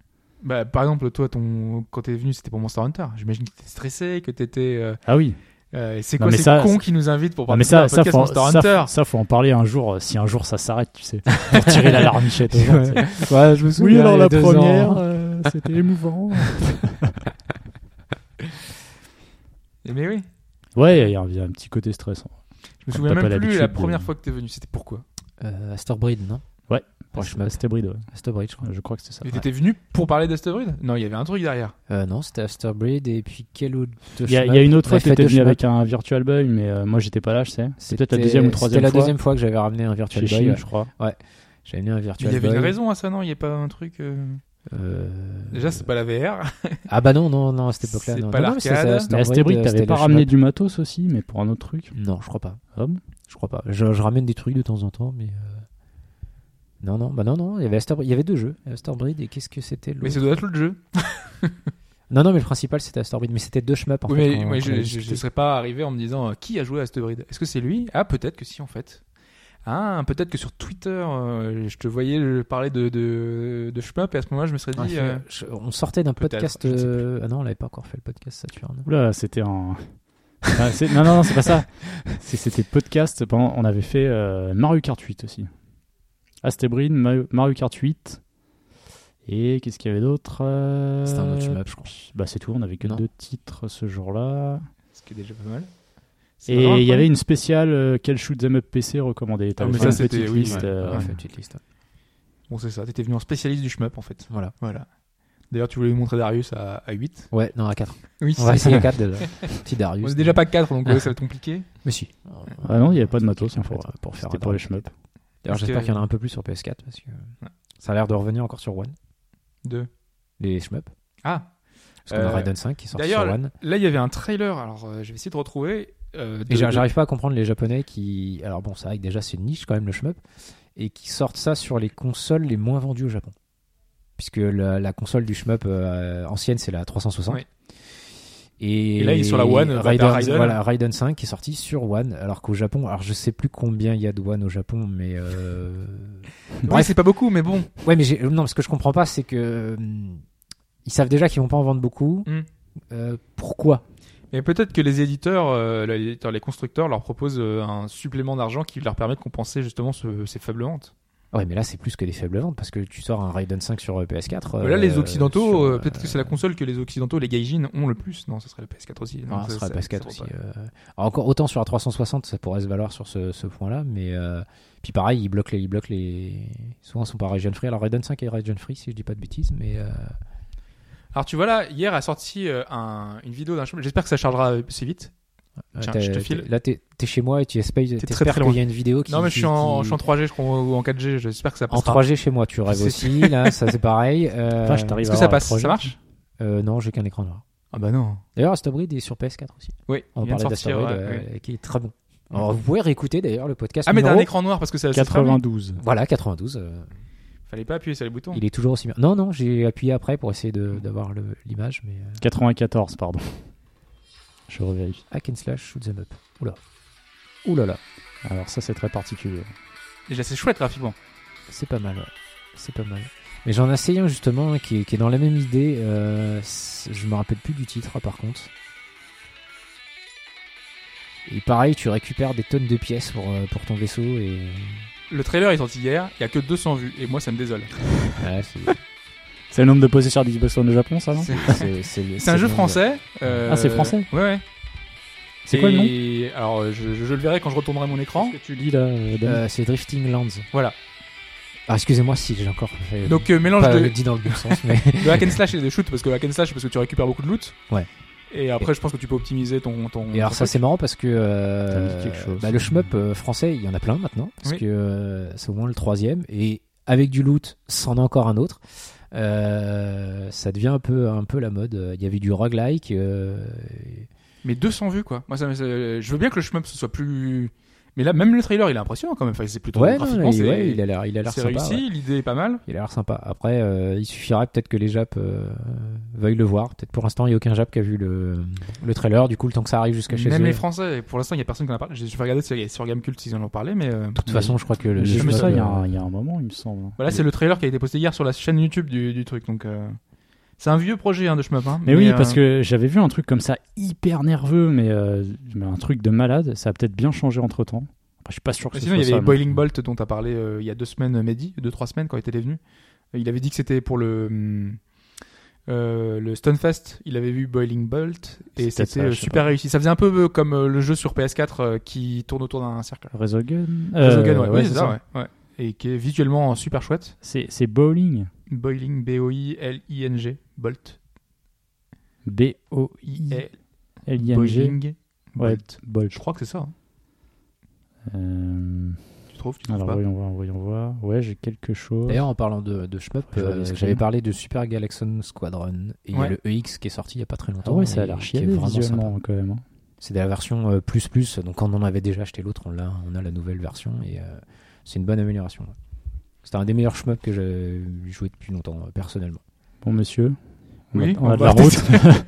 Speaker 1: Bah, par exemple, toi, ton... quand t'es venu, c'était pour Monster Hunter. J'imagine que t'étais stressé, que t'étais. euh,
Speaker 2: Ah oui.
Speaker 1: euh, c'est
Speaker 2: Non,
Speaker 1: quoi
Speaker 2: mais
Speaker 1: ces
Speaker 2: ça,
Speaker 1: cons
Speaker 2: ça-
Speaker 1: qui nous invitent pour
Speaker 2: Ah,
Speaker 1: parler
Speaker 2: mais ça,
Speaker 1: d'un
Speaker 2: ça,
Speaker 1: podcast
Speaker 2: faut,
Speaker 1: Monster
Speaker 2: ça,
Speaker 1: Hunter
Speaker 2: faut- ça, faut en parler un jour. euh, Si un jour ça s'arrête, tu sais, pour tirer la larmichette. aux gens, tu sais.
Speaker 3: Ouais, je me souviens, il y a deux ans.
Speaker 2: c'était émouvant.
Speaker 1: Eh, Mais oui.
Speaker 2: Ouais, il y, a un- il y a un petit côté stressant.
Speaker 1: Je me
Speaker 2: Quand
Speaker 1: souviens
Speaker 2: Ah, t'as pas
Speaker 1: même plus la
Speaker 2: l'habitude de-
Speaker 1: première fois que t'es venu. C'était pourquoi
Speaker 3: Euh, Astorbreed, non
Speaker 2: Ouais,
Speaker 3: je me-
Speaker 2: C'était bride, ouais.
Speaker 3: Astorbreed, je crois.
Speaker 2: Je crois que c'était ça.
Speaker 1: Mais t'étais venu pour parler d'Asteroid Non, il y avait un truc derrière.
Speaker 3: Euh, non, c'était Astorbreed et puis quel autre
Speaker 2: Il y, a- il y a une autre fois que t'étais venu avec un Virtual Boy, mais euh, moi j'étais pas là, je sais. C'est peut-être la deuxième ou troisième
Speaker 3: C'était la
Speaker 2: fois.
Speaker 3: deuxième fois que j'avais ramené un
Speaker 2: Chez
Speaker 3: Virtual Boy.
Speaker 2: Chine,
Speaker 3: ouais.
Speaker 2: je crois.
Speaker 3: J'avais amené un
Speaker 1: Mais
Speaker 3: Virtual
Speaker 1: il y avait
Speaker 3: Boy.
Speaker 1: une raison à ça, non Il n'y a pas un truc. euh,
Speaker 3: Euh,
Speaker 1: Déjà, c'est pas la VR.
Speaker 3: Ah bah non, non, non, à cette époque-là.
Speaker 1: C'est
Speaker 3: non.
Speaker 1: pas
Speaker 3: Non, non, mais c'était-
Speaker 1: l'arcade.
Speaker 3: c'était
Speaker 2: Mais à
Speaker 3: Astorbreed,
Speaker 2: Stebrick,
Speaker 3: euh,
Speaker 2: t'avais
Speaker 3: c'était
Speaker 2: pas
Speaker 3: la
Speaker 2: ramené
Speaker 3: Schnapp.
Speaker 2: du matos aussi, mais pour un autre truc.
Speaker 3: Non, je crois pas.
Speaker 2: Ah bon
Speaker 3: Je crois pas. Je, je ramène des trucs de temps en temps, mais. euh, Non, non, bah non, non. Il y avait, Astorbreed- il y avait deux jeux. Astorbreed et qu'est-ce que c'était
Speaker 1: Mais
Speaker 3: l'autre
Speaker 1: ça doit être l'autre jeu.
Speaker 3: Non, non, mais le principal c'était Astorbreed. Mais c'était deux shmups en
Speaker 1: Oui,
Speaker 3: fait.
Speaker 1: mais
Speaker 3: qu'on-
Speaker 1: moi,
Speaker 3: qu'on
Speaker 1: je
Speaker 3: avait
Speaker 1: je- je
Speaker 3: discuté.
Speaker 1: serais pas arrivé en me disant euh, qui a joué à Asteroid Est-ce que c'est lui Ah, peut-être que si, en fait. Ah, peut-être que sur Twitter, euh, je te voyais je parler de, de, de shmup et à ce moment-là, je me serais
Speaker 3: Ah,
Speaker 1: dit.
Speaker 3: je-
Speaker 1: euh,
Speaker 3: je- on sortait d'un
Speaker 1: peut-être,
Speaker 3: podcast.
Speaker 1: je ne sais
Speaker 3: euh, Ah non, on l'avait pas encore fait le podcast Saturne.
Speaker 2: Oula, c'était un. Ah, c'est- non, non, non, c'est pas ça. C'est- C'était podcast. Pendant... On avait fait euh, Mario Kart 8 aussi. Astébrid, Mario... Mario Kart 8. Et qu'est-ce qu'il y avait d'autre Euh,
Speaker 3: C'était un autre shmup, je crois.
Speaker 2: Bah, c'est tout. On avait que
Speaker 3: Non.
Speaker 2: deux titres ce jour-là.
Speaker 1: Ce qui est déjà pas mal. C'est vraiment
Speaker 2: Et il y
Speaker 1: incroyable.
Speaker 2: avait une spéciale euh, Quel shoot them up PC recommandé. T'avais
Speaker 1: Ah, mais
Speaker 2: fait
Speaker 1: ça,
Speaker 2: une
Speaker 1: c'était-
Speaker 2: petite
Speaker 1: oui,
Speaker 2: liste.
Speaker 1: ouais,
Speaker 2: euh,
Speaker 3: On a fait une petite liste. ouais.
Speaker 1: Bon, c'est ça. T'étais venu en spécialiste du shmup, en fait.
Speaker 3: Voilà.
Speaker 1: Voilà. D'ailleurs, tu voulais nous montrer Darius à, à 8.
Speaker 3: Ouais, non, à 4.
Speaker 1: Oui,
Speaker 3: On va essayer à 4 déjà. Petit Darius.
Speaker 1: On est déjà pas 4, donc ouais, ça va être compliqué.
Speaker 3: Mais si.
Speaker 2: Ah non, il y avait pas de matos, en fait.
Speaker 3: Pour, pour faire
Speaker 2: C'était
Speaker 3: un
Speaker 2: pour les
Speaker 3: Darius.
Speaker 2: shmups.
Speaker 3: D'ailleurs,
Speaker 1: Ok.
Speaker 3: j'espère qu'il y en a un peu plus sur PS4 parce que ça a l'air de revenir encore sur One.
Speaker 1: Deux.
Speaker 3: Les shmups.
Speaker 1: Ah,
Speaker 3: Parce qu'on
Speaker 1: Euh,
Speaker 3: a Raiden 5 qui sort sur
Speaker 1: d'ailleurs,
Speaker 3: One.
Speaker 1: Là, il y avait un trailer. Alors, euh, je vais essayer de retrouver. euh, de-
Speaker 3: Et j'a- j'arrive pas à comprendre les Japonais qui. Alors bon, c'est vrai que déjà c'est une niche quand même le shmup. Et qui sortent ça sur les consoles les moins vendues au Japon. Puisque la, la console du shmup euh, ancienne c'est la 360.
Speaker 1: Oui.
Speaker 3: Et,
Speaker 1: Et là, ils sont la One, euh,
Speaker 3: Raiden,
Speaker 1: Raiden.
Speaker 3: Voilà, Raiden 5 qui est sorti sur One. Alors qu'au Japon, alors je sais plus combien il y a de One au Japon, mais. euh,
Speaker 1: Oui,
Speaker 3: Bref,
Speaker 1: c'est pas beaucoup, mais bon.
Speaker 3: Ouais, mais j'ai- euh, non, ce que je comprends pas, c'est que hum, ils savent déjà qu'ils vont pas en vendre beaucoup.
Speaker 1: Mm.
Speaker 3: Euh, pourquoi
Speaker 1: Mais peut-être que les éditeurs, euh, les, éditeurs, les constructeurs leur proposent euh, un supplément d'argent qui leur permet de compenser justement ce- ces faibles ventes.
Speaker 3: Ah Ouais, mais là, c'est plus que des faibles ventes parce que tu sors un Raiden 5 sur euh, PS4.
Speaker 1: Mais là,
Speaker 3: euh,
Speaker 1: les Occidentaux,
Speaker 3: sur,
Speaker 1: euh, peut-être que c'est la console que les Occidentaux, les gaijin, ont le plus. Non, ce serait la PS4 aussi.
Speaker 3: euh,
Speaker 1: Non,
Speaker 3: non,
Speaker 1: ça-
Speaker 3: ce sera
Speaker 1: ça-
Speaker 3: PS4
Speaker 1: ça
Speaker 3: aussi.
Speaker 1: vaut pas.
Speaker 3: euh. Alors, encore autant sur la 360, ça pourrait se valoir sur ce, ce point-là, mais euh, puis pareil, ils bloquent les, ils bloquent les. Souvent, ils sont pas Raiden Free. Alors Raiden 5 est Raiden Free, si je dis pas de bêtises, mais euh,
Speaker 1: Alors, tu vois là, hier a sorti euh, un- une vidéo d'un chemin. J'espère que ça chargera euh, si vite. Tiens,
Speaker 3: t'as-
Speaker 1: je te file.
Speaker 3: t'es- là, t'es t'es chez moi et tu espères,
Speaker 1: très,
Speaker 3: t'espères
Speaker 1: très
Speaker 3: qu'il
Speaker 1: loin.
Speaker 3: y a une vidéo qui.
Speaker 1: non, mais je
Speaker 3: qui-
Speaker 1: suis en,
Speaker 3: qui-
Speaker 1: je suis en 3G, je crois, ou en 4G. J'espère que ça
Speaker 3: En
Speaker 1: passera.
Speaker 3: 3G chez moi, tu rêves
Speaker 1: C'est-
Speaker 3: aussi. Là, ça c'est pareil. Euh,
Speaker 2: Vache, t'arrives
Speaker 1: Est-ce
Speaker 2: à
Speaker 1: que ça
Speaker 2: avoir la
Speaker 1: passe Ça
Speaker 2: 3G.
Speaker 1: marche
Speaker 3: euh, non, j'ai qu'un écran noir.
Speaker 1: Ah bah non.
Speaker 3: D'ailleurs, Astorbreed est sur PS4 aussi.
Speaker 1: Oui,
Speaker 3: On
Speaker 1: il vient de
Speaker 3: parlait
Speaker 1: sortir.
Speaker 3: d'Astorbreed,
Speaker 1: ouais, ouais.
Speaker 3: euh, qui est très bon. Alors, vous pouvez réécouter d'ailleurs le podcast.
Speaker 1: Ah, mais t'as
Speaker 3: numéro...
Speaker 1: un écran noir parce que ça. ça se ferme.
Speaker 2: 92.
Speaker 3: Voilà, 92. euh,
Speaker 1: Fallait pas appuyer sur les boutons.
Speaker 3: il est toujours aussi bien. Non, non, j'ai appuyé après pour essayer de- d'avoir le- l'image, mais. euh,
Speaker 2: 94, pardon. Je revérifie.
Speaker 3: Hack and slash, shoot them up. Oula. Oula là.
Speaker 2: Alors ça, c'est très particulier.
Speaker 1: Déjà, c'est chouette graphiquement.
Speaker 3: C'est pas mal, ouais. C'est pas mal. Mais j'en ai essayé un justement hein, qui est, qui est dans la même idée. euh, c'est- je me rappelle plus du titre hein, par contre. Et pareil, tu récupères des tonnes de pièces pour, euh, pour ton vaisseau et.
Speaker 1: Le trailer est sorti hier, il y a que 200 vues, et moi ça me désole.
Speaker 3: Ouais, c'est-
Speaker 2: C'est le nombre de possesseurs d'Xbox One au Japon, ça, non
Speaker 1: C'est
Speaker 3: c'est- c'est-
Speaker 1: c'est un
Speaker 3: c'est
Speaker 1: jeu
Speaker 3: bon,
Speaker 1: français. euh,
Speaker 2: Ah, c'est français
Speaker 1: Ouais, ouais.
Speaker 2: C'est quoi le nom
Speaker 1: Et Alors, euh, je, je- je le verrai quand je retournerai mon écran.
Speaker 2: que tu lis là, euh,
Speaker 3: ouais.
Speaker 2: Dan
Speaker 3: Euh, c'est Drifting Lands.
Speaker 1: Voilà.
Speaker 3: Ah, excusez-moi si j'ai encore fait.
Speaker 1: Donc, euh, mélange
Speaker 3: pas
Speaker 1: de,
Speaker 3: le dit dans le bon sens, mais.
Speaker 1: de hack and slash et de shoot, parce que hack and slash, parce que tu récupères beaucoup de loot.
Speaker 3: Ouais.
Speaker 1: Et après, je pense que tu peux optimiser ton. ton
Speaker 3: Et alors
Speaker 1: ton
Speaker 3: ça
Speaker 1: truc.
Speaker 3: c'est marrant parce que euh,
Speaker 2: Ça me dit quelque chose.
Speaker 3: bah, le shmup euh, français il y en a plein maintenant parce
Speaker 1: Oui.
Speaker 3: que euh, c'est au moins le troisième et avec du loot c'en a encore un autre Euh, ça devient un peu un peu la mode il y avait du roguelike euh, et-
Speaker 1: Mais 200 vues, quoi. Moi, ça, me- ça- je veux bien que le shmup ce soit plus Mais là, même le trailer, il est impressionnant quand même. Enfin, c'est plutôt
Speaker 3: Ouais, non,
Speaker 1: graphiquement,
Speaker 3: il,
Speaker 1: c'est-
Speaker 3: ouais, il a l'air, il a l'air
Speaker 1: c'est
Speaker 3: sympa.
Speaker 1: réussi,
Speaker 3: ouais.
Speaker 1: l'idée est pas mal.
Speaker 3: Il a l'air sympa. Après, euh, il suffirait peut-être que les Japs euh, veuillent le voir. Peut-être pour l'instant, il n'y a aucun Jap qui a vu le, le trailer. Du coup, le temps que ça arrive jusqu'à chez
Speaker 1: Même
Speaker 3: eux.
Speaker 1: les Français, pour l'instant, il n'y a personne qui en a parlé. J'ai- Je vais regarder sur, sur Gamecult s'ils en ont parlé, mais. euh,
Speaker 3: De toute façon, je crois que le
Speaker 2: J'ai
Speaker 1: je
Speaker 2: vu
Speaker 1: me
Speaker 2: ça il y, a
Speaker 3: euh,
Speaker 2: un- il y a un moment, il me semble.
Speaker 1: Voilà, c'est le trailer qui a été posté hier sur la chaîne YouTube du, du truc. Donc, euh, c'est un vieux projet hein, de Shmup. hein,
Speaker 2: Mais oui,
Speaker 1: euh,
Speaker 2: parce que j'avais vu un truc comme ça, hyper nerveux, mais, euh, mais un truc de malade. Ça a peut-être bien changé entre temps. Après, je suis pas sûr que
Speaker 1: Mais
Speaker 2: ce
Speaker 1: sinon, il y
Speaker 2: soit
Speaker 1: avait
Speaker 2: ça, mais-
Speaker 1: Boiling Bolt dont a parlé euh, il y a deux semaines, euh, Mehdi, deux, trois semaines quand il était venu. Euh, Il avait dit que c'était pour le. hum, euh, le Stunfest, il avait vu Boiling Bolt
Speaker 2: C'est
Speaker 1: et
Speaker 2: peut-être
Speaker 1: c'était
Speaker 2: ça,
Speaker 1: euh,
Speaker 2: je sais
Speaker 1: super
Speaker 2: pas.
Speaker 1: réussi. Ça faisait un peu euh, comme euh, le jeu sur PS4 euh, qui tourne autour d'un cercle.
Speaker 2: Resogun
Speaker 1: Shogun,
Speaker 2: Euh,
Speaker 1: ouais.
Speaker 2: ouais,
Speaker 1: Oui, c'est ça, ouais. Ouais. Et qui est visuellement super chouette.
Speaker 2: C'est c'est Bowling.
Speaker 1: Boiling, B-O-I-L-I-N-G, Bolt.
Speaker 2: B-O-I-L-I-N-G.
Speaker 1: Et E Boiling
Speaker 2: Ouais,
Speaker 1: Bolt.
Speaker 2: Bolt.
Speaker 1: Je crois que c'est ça. hein.
Speaker 2: Euh,
Speaker 1: Tu trouves, tu trouves
Speaker 2: alors,
Speaker 1: pas
Speaker 2: voyons voir, voyons voir. Ouais, j'ai quelque chose.
Speaker 3: D'ailleurs, en parlant de, de shmup,
Speaker 2: Je vais aller
Speaker 3: euh,
Speaker 2: screen.
Speaker 3: j'avais parlé de Super Galaxon Squadron. Et il
Speaker 1: Ouais.
Speaker 3: y a le EX qui est sorti il n'y a pas très
Speaker 2: Ah
Speaker 3: longtemps.
Speaker 2: ouais, ça a
Speaker 3: et
Speaker 2: l'air
Speaker 3: qui est
Speaker 2: chiadé
Speaker 3: vraiment sympa.
Speaker 2: visuellement, quand même. hein.
Speaker 3: C'est de la version euh, plus plus. Donc quand on avait déjà acheté l'autre, on l'a, on a la nouvelle version et euh, c'est une bonne amélioration. ouais. C'était un des meilleurs shmups que j'ai joué depuis longtemps euh, personnellement.
Speaker 2: Bon, monsieur. on a-
Speaker 1: Oui,
Speaker 2: on a,
Speaker 1: on
Speaker 2: de la
Speaker 1: va-
Speaker 2: route.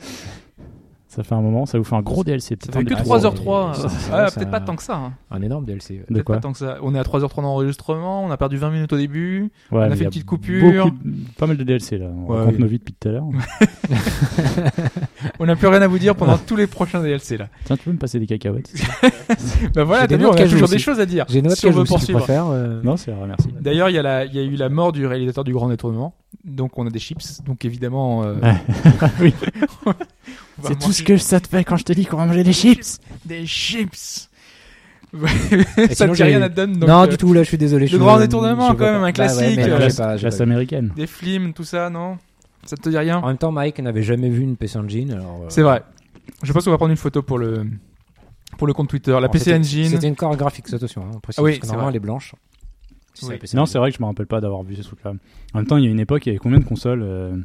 Speaker 2: ça fait un moment, ça vous fait un gros
Speaker 1: Ça
Speaker 2: DLC. peut-être hein,
Speaker 1: fait
Speaker 2: un
Speaker 1: que
Speaker 2: des-
Speaker 3: Ah,
Speaker 1: 3h03.
Speaker 3: c'est-
Speaker 1: hein.
Speaker 3: c'est-
Speaker 1: Ah,
Speaker 3: c'est
Speaker 1: Peut-être
Speaker 3: un-
Speaker 1: pas tant que ça. hein.
Speaker 3: Un énorme DLC. ouais.
Speaker 2: De
Speaker 1: Peut-être
Speaker 2: quoi
Speaker 1: pas tant que ça. On est à 3h03 d'enregistrement, on a perdu 20 minutes au début.
Speaker 2: Ouais,
Speaker 1: a
Speaker 2: mais
Speaker 1: fait
Speaker 2: il y
Speaker 1: une petite coupure.
Speaker 2: beaucoup de- Pas mal de DLC là. On
Speaker 1: Ouais,
Speaker 2: raconte
Speaker 1: oui.
Speaker 2: nos vies depuis tout à l'heure.
Speaker 1: On n'a plus rien à vous dire pendant tous les prochains DLC là.
Speaker 2: Tiens, tu peux me passer des cacahuètes
Speaker 1: Bah voilà, t'as
Speaker 3: J'ai des
Speaker 1: vu, on
Speaker 3: notes
Speaker 1: a
Speaker 3: qu'à
Speaker 1: toujours
Speaker 3: jouer
Speaker 1: des
Speaker 3: aussi.
Speaker 1: choses à dire.
Speaker 3: J'ai une autre
Speaker 1: si on veut
Speaker 3: cage aussi, si tu
Speaker 1: poursuivre.
Speaker 3: préfères. euh,
Speaker 2: Non, c'est vrai, merci.
Speaker 1: hein. D'ailleurs, il y, a la- il y a eu la mort du réalisateur du Grand Détournement. Donc on a des chips. Donc évidemment. euh,
Speaker 2: Ouais. Oui.
Speaker 1: on va
Speaker 2: C'est tout
Speaker 1: manger
Speaker 2: ce que ça te fait quand je te dis qu'on va manger des chips.
Speaker 1: Des chips Ça
Speaker 3: sinon,
Speaker 1: ne
Speaker 3: j'ai-
Speaker 1: rien à te donner. donc,
Speaker 3: non,
Speaker 1: euh,
Speaker 3: du tout, là je suis désolé.
Speaker 1: Le
Speaker 3: je-
Speaker 1: Grand Détournement,
Speaker 3: je vois
Speaker 1: quand même,
Speaker 3: pas.
Speaker 1: un
Speaker 3: Bah ouais,
Speaker 1: classique,
Speaker 3: mais
Speaker 1: euh,
Speaker 3: non, j'ai
Speaker 2: classe,
Speaker 3: pas- j'ai
Speaker 2: classe
Speaker 3: pas vu.
Speaker 2: américaine.
Speaker 1: Des flims, tout ça, non Ça te dit rien
Speaker 3: En même temps, Mike n'avait jamais vu une PC Engine. alors, euh,
Speaker 1: C'est vrai. Je pense qu'on va prendre une photo pour le, pour le compte Twitter.
Speaker 2: Oh,
Speaker 1: La
Speaker 3: alors,
Speaker 1: PC
Speaker 3: c'était-
Speaker 1: Engine.
Speaker 3: C'était une core graphique, attention. hein, on précise,
Speaker 1: Ah oui,
Speaker 3: parce que
Speaker 1: c'est
Speaker 3: normalement,
Speaker 1: vrai.
Speaker 3: elle est blanche. Si
Speaker 1: Oui.
Speaker 3: la PC
Speaker 2: Non,
Speaker 3: Engine.
Speaker 2: c'est vrai que je me rappelle pas d'avoir vu ce truc là. En même temps, il y a une époque, il y avait combien de consoles euh,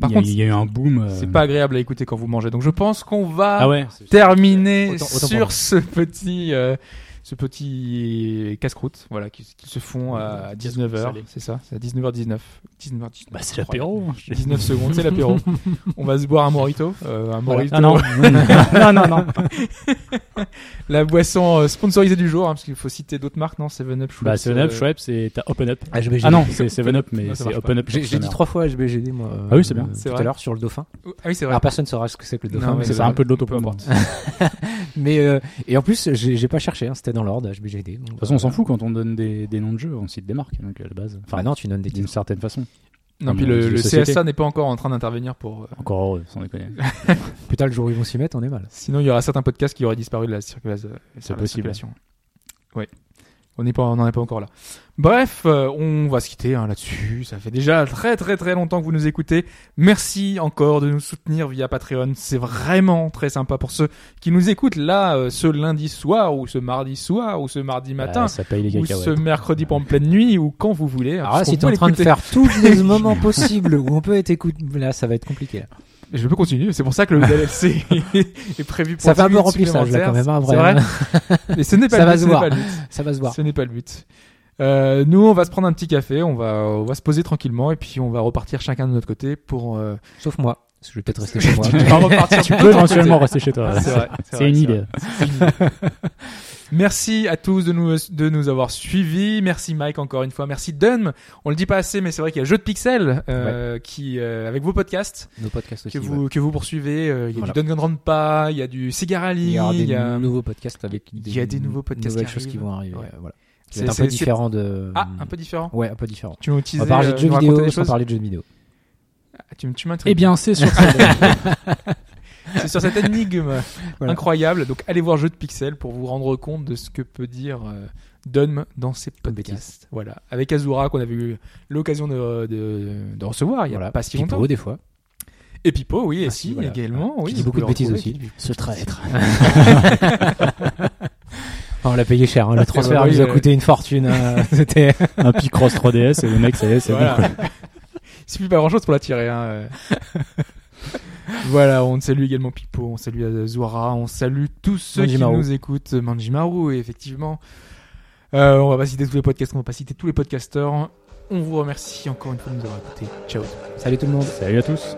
Speaker 1: Par
Speaker 2: il y a-
Speaker 1: contre,
Speaker 2: il y a eu un boom. euh,
Speaker 1: C'est pas agréable à écouter quand vous mangez. Donc je pense qu'on va
Speaker 2: Ah ouais.
Speaker 1: terminer
Speaker 3: Autant- autant pour moi.
Speaker 1: sur ce petit, euh, ce petit casse-croûte, voilà, qui, qui se font à 19h.
Speaker 2: salé.
Speaker 1: C'est ça, c'est à 19h19. 19h19.
Speaker 2: Bah, c'est l'apéro. hein.
Speaker 1: 19 secondes, c'est l'apéro. On va se boire un morito, euh, un
Speaker 2: Voilà.
Speaker 1: morito.
Speaker 2: Ah non. Bah, non, non, non.
Speaker 1: La boisson euh, sponsorisée du jour, hein, parce qu'il faut citer d'autres marques, non Seven Up, Schweppes,
Speaker 2: Bah, 7 Up,
Speaker 1: euh,
Speaker 2: Schweppes, c'est t'as Open Up.
Speaker 3: Ah, HBGD.
Speaker 2: Ah non, c'est 7 Up, mais
Speaker 1: Non, ça
Speaker 2: c'est
Speaker 1: marche
Speaker 2: Open Up.
Speaker 3: J'ai j'ai dit trois fois HBGD, moi. euh,
Speaker 2: Ah oui, c'est bien.
Speaker 3: euh,
Speaker 1: C'est
Speaker 3: Tout à
Speaker 1: vrai.
Speaker 3: l'heure, sur le dauphin.
Speaker 1: Ah oui, c'est vrai.
Speaker 3: Alors, personne saura ce que c'est que le dauphin.
Speaker 1: Non, hein, mais
Speaker 3: mais
Speaker 2: C'est
Speaker 1: c'est
Speaker 2: un peu de l'auto
Speaker 1: peu
Speaker 2: pour moi.
Speaker 1: importe.
Speaker 2: De
Speaker 3: Mais euh, et en plus, j'ai j'ai pas cherché, hein, c'était dans l'ordre HBGD. donc,
Speaker 2: toute façon, on s'en fout quand on donne des, des noms de jeux, on cite des marques, donc à la base.
Speaker 3: Enfin,
Speaker 1: Bah,
Speaker 2: Enfin,
Speaker 3: bah non, tu donnes des
Speaker 2: d'une
Speaker 3: titres.
Speaker 2: certaine façon.
Speaker 3: Ah,
Speaker 1: Non,
Speaker 2: Comme
Speaker 1: puis
Speaker 2: on dit,
Speaker 1: le, le
Speaker 2: la société.
Speaker 1: CSA n'est pas encore en train d'intervenir pour. euh,
Speaker 2: Encore heureux, sans déconner. Bah,
Speaker 3: Putain, le jour où ils vont s'y mettre, on est mal.
Speaker 1: Sinon, il y aura certains podcasts qui auraient disparu de la, circula- de la
Speaker 2: possible.
Speaker 1: circulation. Ouais. On n'est pas- on n'en est pas encore là. Bref, euh, on va se quitter hein, là-dessus. Ça fait déjà très très très longtemps que vous nous écoutez. Merci encore de nous soutenir via Patreon. C'est vraiment très sympa pour ceux qui nous écoutent là euh, ce lundi soir ou ce mardi soir ou ce mardi matin
Speaker 3: Ah,
Speaker 2: Bah, ça paye les
Speaker 1: ou
Speaker 2: cacahuètes.
Speaker 1: ce mercredi en pleine nuit ou quand vous voulez. hein,
Speaker 3: Alors là,
Speaker 1: parce
Speaker 3: Ah, si
Speaker 1: qu'on
Speaker 3: t'es en
Speaker 1: peut
Speaker 3: train de
Speaker 1: l'écouter.
Speaker 3: faire tous les moments possibles où on peut être écouté, là, ça va être compliqué. là.
Speaker 1: Je peux continuer. C'est pour ça que le DLC est prévu pour
Speaker 3: Ça fait
Speaker 1: 10
Speaker 3: un peu
Speaker 1: minutes
Speaker 3: remplissage, là, quand même, hein, en
Speaker 1: supplémentaires. C'est
Speaker 3: vrai.
Speaker 1: vrai. Mais ce n'est pas
Speaker 3: Ça
Speaker 1: le
Speaker 3: va
Speaker 1: but,
Speaker 3: se
Speaker 1: ce n'est
Speaker 3: voir.
Speaker 1: pas le but.
Speaker 3: Ça va se voir.
Speaker 1: Ce n'est pas le but. Euh, nous, on va se prendre un petit café, on va, on va se poser tranquillement et puis on va repartir chacun de notre côté pour. euh,
Speaker 3: Sauf moi. Parce que je vais peut-être rester chez moi.
Speaker 1: tu vas repartir
Speaker 2: Tu
Speaker 1: de
Speaker 2: peux
Speaker 1: ton
Speaker 2: éventuellement
Speaker 1: côté.
Speaker 2: rester chez toi.
Speaker 1: Ah, c'est vrai,
Speaker 2: C'est
Speaker 1: vrai,
Speaker 2: une
Speaker 1: c'est
Speaker 2: idée.
Speaker 1: vrai. Merci à tous de nous, de nous avoir suivis. Merci Mike encore une fois. Merci Dunm. On le dit pas assez, mais c'est vrai qu'il y a Jeu de Pixel euh, qui, euh, avec vos podcasts
Speaker 3: Nos podcasts aussi.
Speaker 1: que vous
Speaker 3: ouais.
Speaker 1: que vous poursuivez. euh, il y a
Speaker 3: Voilà.
Speaker 1: du Dungeon pas, il y a du Cigar Alley,
Speaker 3: Il y aura des
Speaker 1: il y a-
Speaker 3: nouveaux podcasts avec des,
Speaker 1: il y a des nouveaux podcasts
Speaker 3: nouvelles
Speaker 1: qui
Speaker 3: choses qui
Speaker 1: arrivent.
Speaker 3: vont arriver.
Speaker 1: Ouais.
Speaker 3: Voilà.
Speaker 1: C'est-
Speaker 3: C'est un
Speaker 1: c'est-
Speaker 3: peu
Speaker 1: c'est-
Speaker 3: différent de.
Speaker 1: Ah, un peu différent.
Speaker 3: Ouais, un peu différent.
Speaker 1: Tu m'as
Speaker 3: On va parler de jeux vidéo, sans parler de jeux vidéo.
Speaker 1: Ah, Tu, m- tu m'intrigues.
Speaker 2: Eh bien, c'est sur ça.
Speaker 1: Ah, C'est sur cette énigme
Speaker 3: Voilà.
Speaker 1: incroyable. Donc allez voir Jeu de Pixel pour vous rendre compte de ce que peut dire euh, Dunm dans ses podcasts. Voilà. Avec Azura qu'on avait eu l'occasion de, de- de recevoir il y a
Speaker 3: Voilà.
Speaker 1: pas si
Speaker 3: Pipo,
Speaker 1: longtemps.
Speaker 3: des fois.
Speaker 1: Et Pipo, oui, et
Speaker 3: Ah,
Speaker 1: si,
Speaker 3: si, voilà.
Speaker 1: également. Oui,
Speaker 3: Qui dit
Speaker 1: vous
Speaker 3: beaucoup de
Speaker 1: pouvez
Speaker 3: bêtises
Speaker 1: le
Speaker 3: aussi.
Speaker 1: retrouver.
Speaker 2: Ce traître.
Speaker 3: Ah, on l'a payé cher. hein. Le transfert
Speaker 1: oui,
Speaker 3: nous a
Speaker 1: euh,
Speaker 3: coûté une fortune. hein. C'était.
Speaker 2: Un Picross 3DS et le mec, ça y est, c'est
Speaker 1: Voilà.
Speaker 2: bon.
Speaker 1: Il suffit pas grand chose pour l'attirer. Hein. euh. Voilà, on salue également Pipo, on salue euh, Zouara, on salue tous ceux
Speaker 3: Manjimaru.
Speaker 1: qui nous écoutent. Euh, Manjimaru, et effectivement. Euh, on va pas citer tous les podcasts, on va pas citer tous les podcasteurs. On vous remercie encore une fois de nous avoir écoutés. Ciao.
Speaker 3: Salut tout le monde.
Speaker 2: Salut à tous.